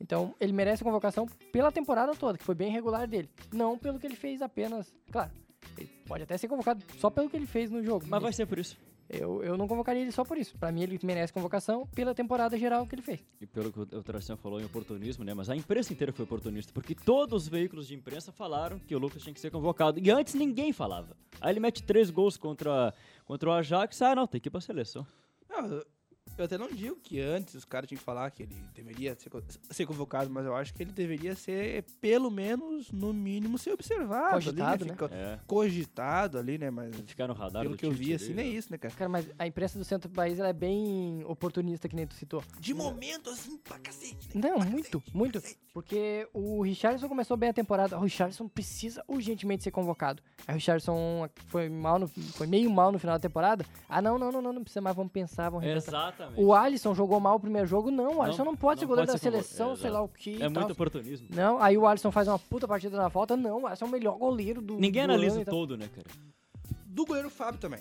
[SPEAKER 4] Então ele merece a convocação pela temporada toda, que foi bem regular dele. Não pelo que ele fez apenas. Claro, ele pode até ser convocado só pelo que ele fez no jogo.
[SPEAKER 2] Mas vai ser por isso.
[SPEAKER 4] eu, eu não convocaria ele só por isso. Pra mim ele merece convocação pela temporada geral que ele fez.
[SPEAKER 2] E pelo que o Tracian falou em oportunismo, né? Mas a imprensa inteira foi oportunista, porque todos os veículos de imprensa falaram que o Lucas tinha que ser convocado. E antes ninguém falava. Aí ele mete três gols contra, contra o Ajax. Ah, não, tem que ir pra seleção.
[SPEAKER 3] Não, eu- eu até não digo que antes os caras tinham que falar que ele deveria ser, co- ser convocado, mas eu acho que ele deveria ser, pelo menos, no mínimo, ser observado.
[SPEAKER 4] Cogitado,
[SPEAKER 3] ali,
[SPEAKER 4] né?
[SPEAKER 3] Fica
[SPEAKER 2] É.
[SPEAKER 3] Cogitado ali, né? Mas
[SPEAKER 2] Ficar no radar
[SPEAKER 3] pelo
[SPEAKER 2] do
[SPEAKER 3] que eu
[SPEAKER 2] Tite
[SPEAKER 3] vi,
[SPEAKER 2] ali,
[SPEAKER 3] assim,
[SPEAKER 2] né?
[SPEAKER 3] nem isso, né, cara?
[SPEAKER 4] Cara, mas a imprensa do centro do país ela é bem oportunista, que nem tu citou.
[SPEAKER 3] De momento, assim, pra cacete. né?
[SPEAKER 4] Não, muito, muito. Porque o Richardson começou bem a temporada. O Richardson precisa urgentemente ser convocado. Aí o Richardson foi mal no, foi meio mal no final da temporada. Ah, não, não, não, não, não precisa mais, vamos pensar, vamos
[SPEAKER 2] tá
[SPEAKER 4] repensar.
[SPEAKER 2] Exatamente.
[SPEAKER 4] O Alisson jogou mal o primeiro jogo? Não, o Alisson não, pode
[SPEAKER 2] não
[SPEAKER 4] ser goleiro
[SPEAKER 2] pode
[SPEAKER 4] da
[SPEAKER 2] ser convocado,
[SPEAKER 4] seleção,
[SPEAKER 2] é,
[SPEAKER 4] sei lá o que. e
[SPEAKER 2] É
[SPEAKER 4] tal.
[SPEAKER 2] muito oportunismo.
[SPEAKER 4] Não, aí o Alisson faz uma puta partida na falta. Não, o Alisson é o melhor goleiro do
[SPEAKER 2] Ninguém
[SPEAKER 4] do
[SPEAKER 2] analisa
[SPEAKER 4] ano
[SPEAKER 2] o
[SPEAKER 3] tá-
[SPEAKER 4] e tal.
[SPEAKER 2] todo, né, cara?
[SPEAKER 3] Do goleiro Fábio também.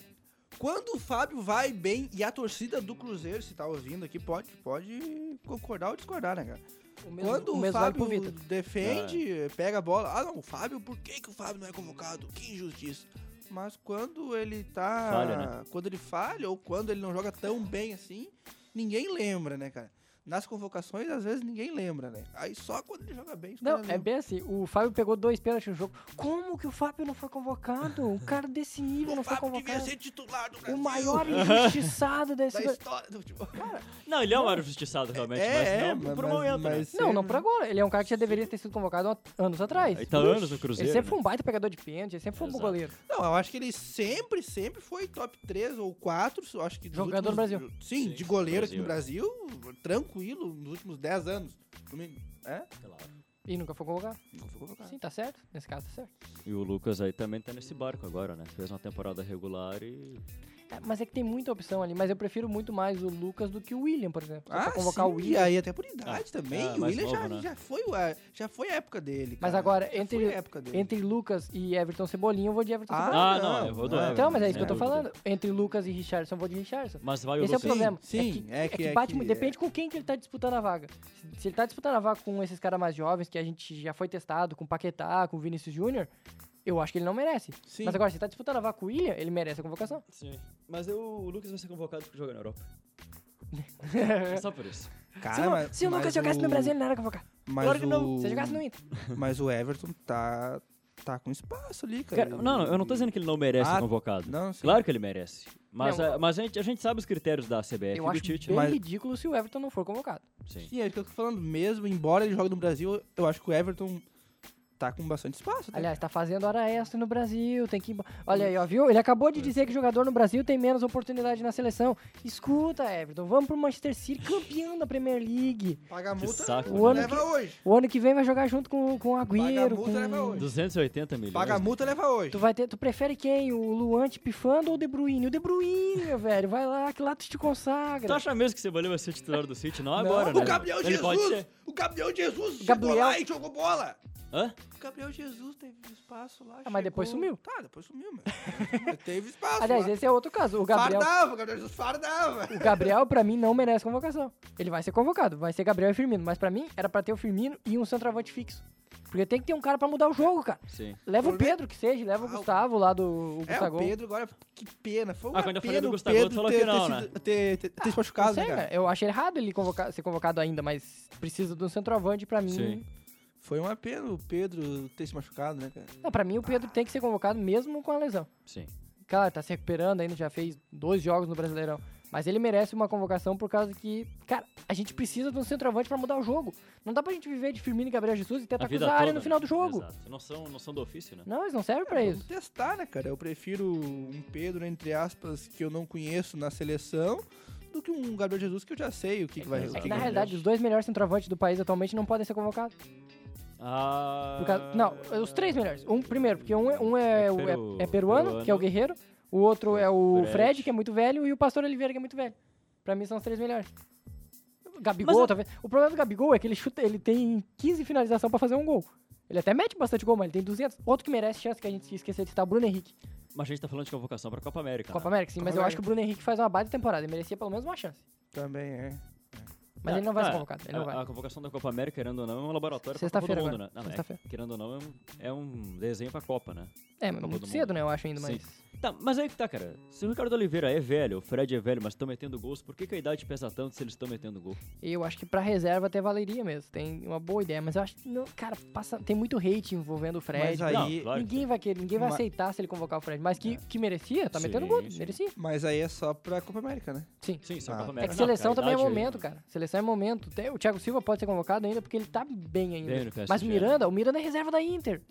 [SPEAKER 3] Quando o Fábio vai bem e a torcida do Cruzeiro, se tá ouvindo aqui, pode, pode concordar ou discordar, né, cara?
[SPEAKER 4] O mesmo,
[SPEAKER 3] Quando
[SPEAKER 4] o
[SPEAKER 3] o,
[SPEAKER 4] mesmo vale pro
[SPEAKER 3] Fábio
[SPEAKER 4] Vitor.
[SPEAKER 2] É.
[SPEAKER 3] defende, pega a bola. Ah, não, o Fábio, por que, que o Fábio não é convocado? Que injustiça. Mas quando ele tá.
[SPEAKER 2] Falha, né?
[SPEAKER 3] Quando ele falha ou quando ele não joga tão bem assim, ninguém lembra, né, cara? Nas convocações, às vezes, ninguém lembra, né? Aí só quando ele joga bem, os
[SPEAKER 4] Não,
[SPEAKER 3] caras
[SPEAKER 4] é
[SPEAKER 3] lembram.
[SPEAKER 4] bem assim. O Fábio pegou dois pênaltis no jogo. Como que o Fábio não foi convocado? Um cara desse nível não
[SPEAKER 3] O
[SPEAKER 4] foi
[SPEAKER 3] Fábio devia
[SPEAKER 4] convocado.
[SPEAKER 3] ser titular do Brasil.
[SPEAKER 4] O maior injustiçado desse.
[SPEAKER 3] da história do futebol.
[SPEAKER 2] Não, ele é um injustiçado, realmente,
[SPEAKER 3] É,
[SPEAKER 2] mas não por um momento, né?
[SPEAKER 4] Não, não por agora. Ele é um cara que já deveria ter sido convocado há anos atrás.
[SPEAKER 2] Ele tá há anos no Cruzeiro.
[SPEAKER 4] Ele
[SPEAKER 3] é
[SPEAKER 4] sempre
[SPEAKER 2] né?
[SPEAKER 4] foi um baita pegador de pênalti, ele sempre foi um bom
[SPEAKER 2] Exato.
[SPEAKER 4] goleiro.
[SPEAKER 3] Não, eu acho que ele sempre, sempre foi top 3 ou 4, eu acho que... dos
[SPEAKER 4] Jogador do Brasil.
[SPEAKER 3] Sim,
[SPEAKER 2] Sim,
[SPEAKER 3] de goleiro aqui no Brasil, tranquilo, nos últimos 10 anos. No mínimo. É?
[SPEAKER 2] Claro.
[SPEAKER 4] E nunca foi convocado.
[SPEAKER 3] Não foi convocado.
[SPEAKER 4] Sim, tá certo. Nesse caso tá certo.
[SPEAKER 2] E o Lucas aí também tá nesse barco agora, né? Fez uma temporada regular e.
[SPEAKER 4] É, mas é que tem muita opção ali, mas eu prefiro muito mais o Lucas do que o William, por exemplo. Só
[SPEAKER 3] Ah,
[SPEAKER 4] pra convocar
[SPEAKER 3] sim,
[SPEAKER 4] o
[SPEAKER 3] e
[SPEAKER 4] William.
[SPEAKER 3] aí até por idade também,
[SPEAKER 2] é,
[SPEAKER 3] o
[SPEAKER 2] mais
[SPEAKER 3] William já,
[SPEAKER 2] novo, né?
[SPEAKER 3] já, foi, o- a- já foi a época dele,
[SPEAKER 4] Mas
[SPEAKER 3] cara.
[SPEAKER 4] agora,
[SPEAKER 3] Já
[SPEAKER 4] entre-
[SPEAKER 3] foi a época dele.
[SPEAKER 4] Entre Lucas e Everton Cebolinha, eu vou de Everton
[SPEAKER 3] Ah,
[SPEAKER 4] Cebolinha.
[SPEAKER 2] Ah,
[SPEAKER 3] não,
[SPEAKER 2] não, eu vou do
[SPEAKER 3] não.
[SPEAKER 2] Everton, né?
[SPEAKER 4] Então, mas é isso que eu tô
[SPEAKER 2] sem dúvida.
[SPEAKER 4] falando. Entre Lucas e Richardson, eu vou de Richardson.
[SPEAKER 2] Mas vai o
[SPEAKER 4] Esse é o
[SPEAKER 2] Lucas.
[SPEAKER 4] problema.
[SPEAKER 3] sim,
[SPEAKER 4] é que, bate muito. Depende com quem que ele tá disputando a vaga. Se- Se ele tá disputando a vaga com esses caras mais jovens, que a gente já foi testado, com o Paquetá, com o Vinícius Júnior, eu acho que ele não merece.
[SPEAKER 3] Sim.
[SPEAKER 4] Mas agora, se ele tá disputando a vaga com o William, ele merece a convocação.
[SPEAKER 2] Sim. Mas eu- o Lucas vai ser convocado porque joga na Europa. É só por isso.
[SPEAKER 3] Cara,
[SPEAKER 4] se, o
[SPEAKER 3] Ah,
[SPEAKER 4] Lu-
[SPEAKER 3] mas-
[SPEAKER 4] se o Lucas
[SPEAKER 3] mas
[SPEAKER 4] jogasse no
[SPEAKER 3] o-
[SPEAKER 4] Brasil, ele não era convocado.
[SPEAKER 3] mas
[SPEAKER 4] claro que não.
[SPEAKER 3] o-
[SPEAKER 4] Se ele jogasse no Inter.
[SPEAKER 3] Mas o Everton tá, tá com espaço ali, cara.
[SPEAKER 2] Cara, não, não, eu não tô dizendo que ele não merece
[SPEAKER 3] Ah,
[SPEAKER 2] ser convocado.
[SPEAKER 3] Não, sim.
[SPEAKER 2] Claro que ele merece. Mas,
[SPEAKER 4] Não.
[SPEAKER 2] a, mas a, gente, a gente sabe os critérios da CBF e
[SPEAKER 4] Eu
[SPEAKER 2] do
[SPEAKER 4] acho
[SPEAKER 2] Tite.
[SPEAKER 4] bem
[SPEAKER 2] né?
[SPEAKER 3] mas-
[SPEAKER 4] ridículo se o Everton não for convocado.
[SPEAKER 2] Sim.
[SPEAKER 3] Sim, é isso que eu tô falando. Mesmo, embora ele jogue no Brasil, eu acho que o Everton tá com bastante espaço. né?
[SPEAKER 4] Aliás, tá fazendo hora extra no Brasil, tem que ir... Olha aí, ó, viu? Ele acabou de dizer que jogador no Brasil tem menos oportunidade na seleção. Escuta, Everton, vamos pro Manchester City, campeão da Premier League.
[SPEAKER 3] paga a
[SPEAKER 2] Que
[SPEAKER 3] multa,
[SPEAKER 2] saco,
[SPEAKER 3] né?
[SPEAKER 4] O ano
[SPEAKER 3] leva
[SPEAKER 4] que-
[SPEAKER 3] hoje.
[SPEAKER 4] O ano que vem vai jogar junto com, com o Agüero.
[SPEAKER 3] a multa,
[SPEAKER 4] com-
[SPEAKER 3] leva hoje.
[SPEAKER 2] 280 milhões.
[SPEAKER 3] Paga a multa, leva hoje.
[SPEAKER 4] Tu, vai ter, tu prefere quem? O Luan te pifando ou o De Bruyne? O De Bruyne, meu velho. Vai lá, que lá tu te consagra.
[SPEAKER 2] Tu acha mesmo que o Cebolinha vai ser titular do City? Não,
[SPEAKER 4] Não.
[SPEAKER 2] agora, né?
[SPEAKER 3] O Gabriel
[SPEAKER 2] Ele pode
[SPEAKER 3] Jesus!
[SPEAKER 2] ser.
[SPEAKER 3] O Gabriel Jesus chegou
[SPEAKER 4] Gabriel-
[SPEAKER 3] lá e jogou bola!
[SPEAKER 2] Hã?
[SPEAKER 3] O Gabriel Jesus teve espaço lá.
[SPEAKER 4] Ah, mas depois
[SPEAKER 3] chegou-
[SPEAKER 4] sumiu.
[SPEAKER 3] Tá, depois sumiu, meu. Mas teve espaço.
[SPEAKER 4] Aliás,
[SPEAKER 3] lá.
[SPEAKER 4] esse é outro caso. O Gabriel,
[SPEAKER 3] Fardava, o Gabriel Jesus fardava.
[SPEAKER 4] o Gabriel pra mim, não merece convocação. Ele vai ser convocado, vai ser Gabriel e Firmino. Mas pra mim, era pra ter o Firmino e um centroavante fixo. Porque tem que ter um cara pra mudar o jogo, cara.
[SPEAKER 2] Sim.
[SPEAKER 4] Leva o
[SPEAKER 3] Por quê?
[SPEAKER 4] Pedro, que seja, leva o
[SPEAKER 3] Ah, o-
[SPEAKER 4] Gustavo lá do o
[SPEAKER 3] É,
[SPEAKER 4] Gustavo.
[SPEAKER 3] o Pedro agora, que pena. Foi uma
[SPEAKER 2] Ah, quando eu falei
[SPEAKER 3] pena
[SPEAKER 2] do
[SPEAKER 3] o
[SPEAKER 2] Gustavo,
[SPEAKER 3] Pedro
[SPEAKER 2] tu falou
[SPEAKER 3] ter,
[SPEAKER 2] que não,
[SPEAKER 3] ter
[SPEAKER 2] né?
[SPEAKER 3] sido- ter- ter- ter se
[SPEAKER 4] Não
[SPEAKER 3] machucado,
[SPEAKER 4] sei,
[SPEAKER 3] né, cara?
[SPEAKER 4] né? Eu achei errado ele convocar- ser convocado ainda, mas precisa de um centroavante pra mim.
[SPEAKER 2] Sim.
[SPEAKER 3] Foi uma pena o Pedro ter se machucado, né, cara?
[SPEAKER 4] Não, pra mim, o Pedro tem que ser convocado mesmo com a lesão.
[SPEAKER 2] Sim.
[SPEAKER 4] Claro, tá se recuperando ainda, já fez dois jogos no Brasileirão. Mas ele merece uma convocação por causa que, cara, a gente precisa de um centroavante pra mudar o jogo. Não dá pra gente viver de Firmino e Gabriel Jesus e
[SPEAKER 2] A
[SPEAKER 4] tentar
[SPEAKER 2] vida
[SPEAKER 4] cruzar a área
[SPEAKER 2] toda,
[SPEAKER 4] no final
[SPEAKER 2] né?
[SPEAKER 4] do jogo.
[SPEAKER 2] Exato. Não são, não são do ofício, né?
[SPEAKER 4] Não, eles não servem pra
[SPEAKER 3] É, Vamos
[SPEAKER 4] isso.
[SPEAKER 3] testar, né, cara? Eu prefiro um Pedro, entre aspas, que eu não conheço na seleção, do que um Gabriel Jesus que eu já sei o que, que vai...
[SPEAKER 2] que-
[SPEAKER 3] o
[SPEAKER 4] É
[SPEAKER 3] que
[SPEAKER 4] que,
[SPEAKER 3] que
[SPEAKER 4] na
[SPEAKER 3] vai-
[SPEAKER 4] realidade, os dois melhores centroavantes do país atualmente não podem ser convocados.
[SPEAKER 2] Ah...
[SPEAKER 4] Por causa- não, os três melhores. Um primeiro, porque um é, um é,
[SPEAKER 2] É
[SPEAKER 4] o- é-
[SPEAKER 2] peru-
[SPEAKER 4] é peruano, que é o
[SPEAKER 2] peruano.
[SPEAKER 4] Guerreiro. O outro é o
[SPEAKER 2] Fred.
[SPEAKER 4] Fred, que é muito velho. E o Pastor Oliveira, que é muito velho. Pra mim são os três melhores. Gabigol,
[SPEAKER 2] Mas a-
[SPEAKER 4] talvez. O problema do Gabigol é que ele chuta, ele tem 15 finalizações pra fazer um gol. Ele até mete bastante gol, mas ele tem 200. Outro que merece chance que a gente esqueceu de citar, Bruno Henrique.
[SPEAKER 2] Mas a gente tá falando de convocação pra Copa América. né?
[SPEAKER 4] Copa América, sim,
[SPEAKER 3] Copa
[SPEAKER 4] mas eu acho
[SPEAKER 3] América.
[SPEAKER 4] que o Bruno Henrique faz uma baita temporada. Ele merecia pelo menos uma chance.
[SPEAKER 3] Também é.
[SPEAKER 4] Mas ele não vai
[SPEAKER 2] ah,
[SPEAKER 4] ser convocado. Ele não
[SPEAKER 2] a,
[SPEAKER 4] vai.
[SPEAKER 2] a convocação da Copa América, querendo ou não, é um laboratório pra Copa
[SPEAKER 4] Sexta-feira
[SPEAKER 2] do Mundo,
[SPEAKER 4] agora.
[SPEAKER 2] né? Não, mas é
[SPEAKER 4] Sexta-feira.
[SPEAKER 2] que, querendo ou não, é um, é um desenho pra Copa, né?
[SPEAKER 4] É, mas
[SPEAKER 2] Copa
[SPEAKER 4] muito
[SPEAKER 2] do
[SPEAKER 4] cedo,
[SPEAKER 2] Mundo.
[SPEAKER 4] né? Eu acho ainda, mas.
[SPEAKER 2] Tá, mas aí que tá, cara. Se o Ricardo Oliveira é velho, o Fred é velho, mas estão metendo gols, por que, que a idade pesa tanto se eles estão metendo gol?
[SPEAKER 4] Eu acho que pra reserva até valeria mesmo. Tem uma boa ideia, mas eu acho que. Não, cara, passa, tem muito hate envolvendo o
[SPEAKER 3] Mas
[SPEAKER 4] Fred.
[SPEAKER 3] aí,
[SPEAKER 2] Não, claro que
[SPEAKER 4] ninguém vai querer, ninguém vai
[SPEAKER 3] Ma-
[SPEAKER 4] aceitar se ele convocar o Fred. Mas que,
[SPEAKER 2] É.
[SPEAKER 4] que merecia, tá
[SPEAKER 2] Sim,
[SPEAKER 4] metendo gol.
[SPEAKER 2] sim.
[SPEAKER 4] Merecia.
[SPEAKER 3] mas aí é só pra Copa América, né?
[SPEAKER 4] Sim.
[SPEAKER 2] Sim, só
[SPEAKER 3] Ah,
[SPEAKER 2] Copa
[SPEAKER 4] É
[SPEAKER 2] América.
[SPEAKER 4] que
[SPEAKER 2] Não,
[SPEAKER 4] seleção
[SPEAKER 2] a
[SPEAKER 4] também é
[SPEAKER 2] idade-
[SPEAKER 4] momento, cara. Seleção é momento. Até O Thiago Silva pode ser convocado ainda porque ele tá bem ainda.
[SPEAKER 2] Bem no PSG,
[SPEAKER 4] Mas o Miranda, o Miranda é reserva da Inter.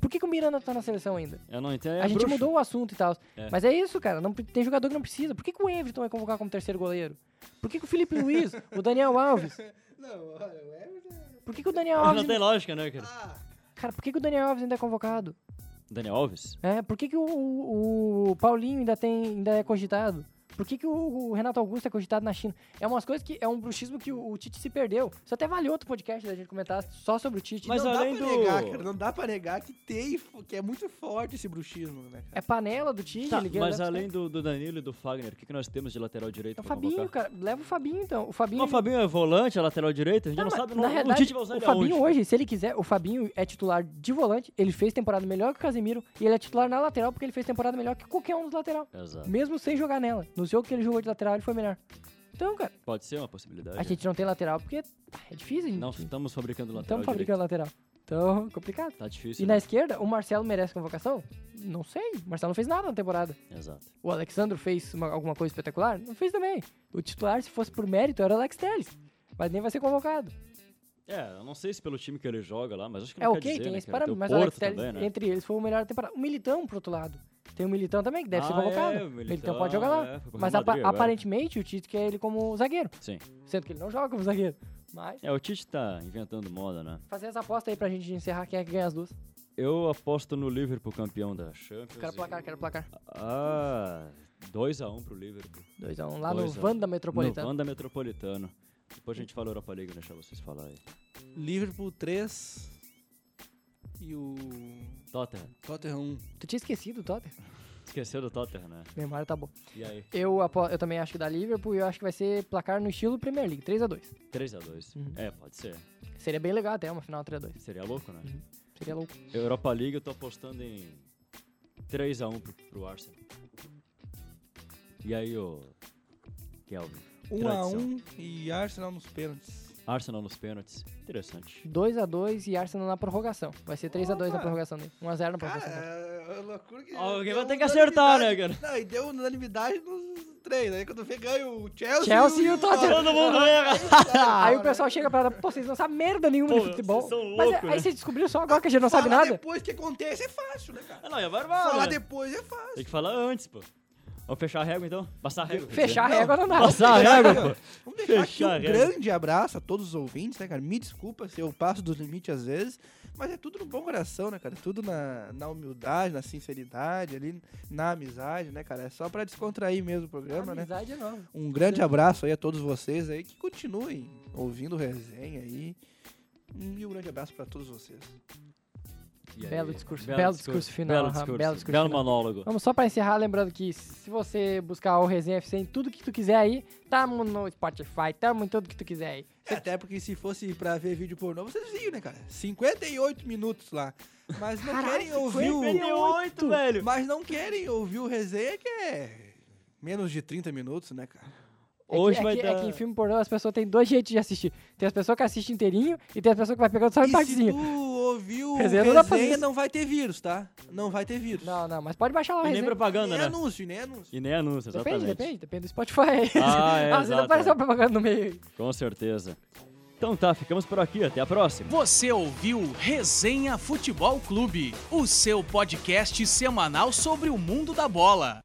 [SPEAKER 4] Por que, que o Miranda tá na seleção ainda?
[SPEAKER 2] Eu não entendo. é
[SPEAKER 4] a gente
[SPEAKER 2] bruxo.
[SPEAKER 4] mudou o assunto e tal.
[SPEAKER 2] É.
[SPEAKER 4] Mas é isso, cara. Não, pre- tem jogador que não precisa. Por que, que o Everton vai convocar como terceiro goleiro? Por que, que o Felipe Luiz, o Daniel Alves?
[SPEAKER 3] Não, olha, o Everton.
[SPEAKER 4] Por que, que o Daniel
[SPEAKER 2] Não
[SPEAKER 4] Alves.
[SPEAKER 2] tem lógica, né, cara?
[SPEAKER 3] Ah!
[SPEAKER 4] Cara, por que, que o Daniel Alves ainda é convocado?
[SPEAKER 2] Daniel Alves?
[SPEAKER 4] É, por que, que o, o- o Paulinho ainda, tem, ainda é cogitado? Por que, que o, o Renato Augusto é cogitado na China? É umas coisas que. É um bruxismo que o, o Tite se perdeu. Isso até valeu outro podcast da gente comentar só sobre o Tite.
[SPEAKER 2] Mas
[SPEAKER 4] Não,
[SPEAKER 3] não
[SPEAKER 2] além
[SPEAKER 3] dá pra
[SPEAKER 2] do-
[SPEAKER 3] negar, cara. Não dá pra negar que tem, que é muito forte esse bruxismo, né,
[SPEAKER 4] é
[SPEAKER 3] cara?
[SPEAKER 4] panela do Tite,
[SPEAKER 2] Tá,
[SPEAKER 4] ele ganha
[SPEAKER 2] mas
[SPEAKER 4] leva os
[SPEAKER 2] além do, do Danilo e do Fagner, o que, que nós temos de lateral direito
[SPEAKER 4] caras. É o
[SPEAKER 2] pra
[SPEAKER 4] Fabinho,
[SPEAKER 2] convocar?
[SPEAKER 4] cara. Leva o Fabinho então. O Fabinho.
[SPEAKER 2] Não, o Fabinho é volante, é lateral direito, a gente não,
[SPEAKER 4] mas
[SPEAKER 2] sabe.
[SPEAKER 4] na
[SPEAKER 2] Não, o
[SPEAKER 4] realidade,
[SPEAKER 2] Tite vai usar
[SPEAKER 4] o
[SPEAKER 2] ele
[SPEAKER 4] Fabinho
[SPEAKER 2] aonde?
[SPEAKER 4] hoje, se ele quiser, o Fabinho é titular de volante, ele fez temporada melhor que o Casemiro e ele é titular na lateral porque ele fez temporada melhor que qualquer um dos lateral.
[SPEAKER 2] Exato.
[SPEAKER 4] Mesmo sem jogar nela. No jogo que ele jogou de lateral, ele foi melhor. Então, cara,
[SPEAKER 2] Pode ser uma possibilidade. né?
[SPEAKER 4] a gente não tem lateral porque ah, é difícil, gente.
[SPEAKER 2] é. Não estamos fabricando
[SPEAKER 4] Não
[SPEAKER 2] lateral
[SPEAKER 4] estamos fabricando é lateral. Então, complicado.
[SPEAKER 2] direito. Tá difícil.
[SPEAKER 4] E na
[SPEAKER 2] né?
[SPEAKER 4] esquerda, o Marcelo merece convocação? Não sei. O Marcelo não fez nada na temporada.
[SPEAKER 2] Exato.
[SPEAKER 4] O Alexandro fez uma- alguma coisa espetacular? Não fez também. O titular, se fosse por mérito, era o Alex Telles. Mas nem vai ser convocado.
[SPEAKER 2] É, eu não sei se pelo time que ele joga lá, mas acho que não
[SPEAKER 4] É
[SPEAKER 2] quer
[SPEAKER 4] ok,
[SPEAKER 2] dizer,
[SPEAKER 4] tem
[SPEAKER 2] né,
[SPEAKER 4] esse
[SPEAKER 2] cara?
[SPEAKER 4] parâmetro,
[SPEAKER 2] o
[SPEAKER 4] mas o
[SPEAKER 2] Porto
[SPEAKER 4] Alex Telles,
[SPEAKER 2] também, né?
[SPEAKER 4] entre eles, foi o melhor da temporada. O Militão, pro outro lado. Tem o Militão também, que deve ser
[SPEAKER 2] Ah, é,
[SPEAKER 4] convocado.
[SPEAKER 2] o
[SPEAKER 4] o Militão,
[SPEAKER 2] Militão,
[SPEAKER 4] pode jogar lá.
[SPEAKER 2] é, foi pro Real
[SPEAKER 4] mas apa-
[SPEAKER 2] Madrid agora.
[SPEAKER 4] aparentemente o Tite quer ele como zagueiro.
[SPEAKER 2] Sim.
[SPEAKER 4] Sendo que ele não joga como zagueiro. Mas,
[SPEAKER 2] É, o Tite tá inventando moda, né?
[SPEAKER 4] fazer essa aposta aí pra gente encerrar quem é que ganha as duas.
[SPEAKER 2] Eu aposto no Liverpool campeão da Champions.
[SPEAKER 4] Quero placar, quero placar.
[SPEAKER 2] Ah, 2x1 pro Liverpool.
[SPEAKER 4] 2x1 lá
[SPEAKER 2] Dois a
[SPEAKER 4] no
[SPEAKER 2] um.
[SPEAKER 4] Vanda
[SPEAKER 2] No
[SPEAKER 4] Metropolitano.
[SPEAKER 2] Wanda Metropolitano. Depois a gente fala Europa League, deixa vocês falar aí.
[SPEAKER 3] Liverpool 3 e o
[SPEAKER 2] Tottenham.
[SPEAKER 3] Tottenham 1.
[SPEAKER 4] Tu tinha esquecido o Tottenham?
[SPEAKER 2] Esqueceu do Tottenham, né?
[SPEAKER 4] Memória tá bom.
[SPEAKER 2] E aí?
[SPEAKER 4] Eu, apo- eu também acho que dá Liverpool e eu acho que vai ser placar no estilo Premier League, 3x2.
[SPEAKER 2] 3x2.
[SPEAKER 4] Uhum.
[SPEAKER 2] É, pode ser.
[SPEAKER 4] Seria bem legal até uma final 3x2.
[SPEAKER 2] Seria louco, né?
[SPEAKER 4] Seria louco.
[SPEAKER 2] Europa League eu tô apostando em 3x1 pro, pro Arsenal. E aí, ô. Kelvin.
[SPEAKER 3] 1x1 e Arsenal nos pênaltis.
[SPEAKER 2] Arsenal nos pênaltis. Interessante.
[SPEAKER 4] 2x2 e Arsenal na prorrogação. Vai ser 3x2 na
[SPEAKER 3] Opa!
[SPEAKER 4] prorrogação dele. 1x0 na
[SPEAKER 3] Cara,
[SPEAKER 4] prorrogação dele.
[SPEAKER 3] é loucura que.
[SPEAKER 2] Alguém
[SPEAKER 3] deu
[SPEAKER 2] vai ter que
[SPEAKER 3] unanimidade.
[SPEAKER 2] acertar, né, cara?
[SPEAKER 3] Não, e deu unanimidade nos três. Aí quando vê, ganha o Chelsea.
[SPEAKER 4] Chelsea e o Tottenham.
[SPEAKER 2] Todo mundo erra!
[SPEAKER 4] Aí o pessoal chega pra ela, pô, vocês não sabem merda nenhuma
[SPEAKER 2] Pô,
[SPEAKER 4] de futebol.
[SPEAKER 2] vocês são
[SPEAKER 4] Mas é-
[SPEAKER 2] loucos,
[SPEAKER 4] aí
[SPEAKER 2] né?
[SPEAKER 4] vocês descobriram só agora que a gente não sabe
[SPEAKER 3] Falar
[SPEAKER 4] nada.
[SPEAKER 3] Depois que acontece é fácil, né, cara?
[SPEAKER 2] Ah, não, é barbado.
[SPEAKER 3] Falar
[SPEAKER 2] né?
[SPEAKER 3] depois é fácil.
[SPEAKER 2] Tem que falar antes, pô. Vamos fechar a régua então? Passar a régua. quer
[SPEAKER 4] Fechar a
[SPEAKER 3] Não.
[SPEAKER 4] régua não dá.
[SPEAKER 2] Passar a régua, pô.
[SPEAKER 3] Vamos deixar aqui
[SPEAKER 2] Fechar,
[SPEAKER 3] um
[SPEAKER 2] né?
[SPEAKER 3] grande abraço a todos os ouvintes, né, cara? Me desculpa se eu passo dos limites às vezes, mas é tudo no bom coração, né, cara? Tudo na, na humildade, na sinceridade, ali, na amizade, né, cara? É só pra descontrair mesmo o programa, né?
[SPEAKER 4] Amizade é nova.
[SPEAKER 3] Um grande abraço aí a todos vocês aí que continuem ouvindo o resenha aí. E um grande abraço pra todos vocês.
[SPEAKER 2] E aí?
[SPEAKER 4] Belo discurso, belo discurso final,
[SPEAKER 2] Belo
[SPEAKER 4] Rafa,
[SPEAKER 2] discurso.
[SPEAKER 4] belo discurso
[SPEAKER 2] Belo
[SPEAKER 4] final.
[SPEAKER 2] monólogo.
[SPEAKER 4] Vamos só pra encerrar, lembrando que se você buscar o Resenha FC em tudo que tu quiser aí, tamo no Spotify, tamo em tudo que tu quiser aí.
[SPEAKER 3] É, Até porque se fosse pra ver vídeo pornô, vocês viam, né, cara? 58 minutos lá. Mas não querem ouvir o...
[SPEAKER 2] 58, velho.
[SPEAKER 3] Mas não querem ouvir o resenha que é menos de 30 minutos, né, cara?
[SPEAKER 4] É que-
[SPEAKER 2] Hoje
[SPEAKER 4] é
[SPEAKER 2] vai
[SPEAKER 4] que,
[SPEAKER 2] dar-
[SPEAKER 4] é que em filme pornô as pessoas têm dois jeitos de assistir. Tem as pessoas que assistem inteirinho e tem as pessoas que vai pegando só um
[SPEAKER 3] E se
[SPEAKER 4] partezinho.
[SPEAKER 3] tu ouviu o
[SPEAKER 4] Resenha
[SPEAKER 3] resenha,
[SPEAKER 4] não dá pra ver.
[SPEAKER 3] não vai ter vírus, tá? Não vai ter vírus.
[SPEAKER 4] Não, não, mas pode baixar lá o
[SPEAKER 2] E nem
[SPEAKER 4] Resenha.
[SPEAKER 2] propaganda,
[SPEAKER 3] nem
[SPEAKER 2] né?
[SPEAKER 3] anúncio, nem anúncio.
[SPEAKER 2] E nem anúncio,
[SPEAKER 4] Depende,
[SPEAKER 2] exatamente.
[SPEAKER 4] depende, depende do Spotify.
[SPEAKER 2] Ah, é,
[SPEAKER 4] Às vezes
[SPEAKER 2] exato,
[SPEAKER 4] aparece
[SPEAKER 2] é.
[SPEAKER 4] uma propaganda no meio aí.
[SPEAKER 2] Com certeza. Então tá, ficamos por aqui. Até a próxima.
[SPEAKER 1] Você ouviu Resenha Futebol Clube, o seu podcast semanal sobre o mundo da bola.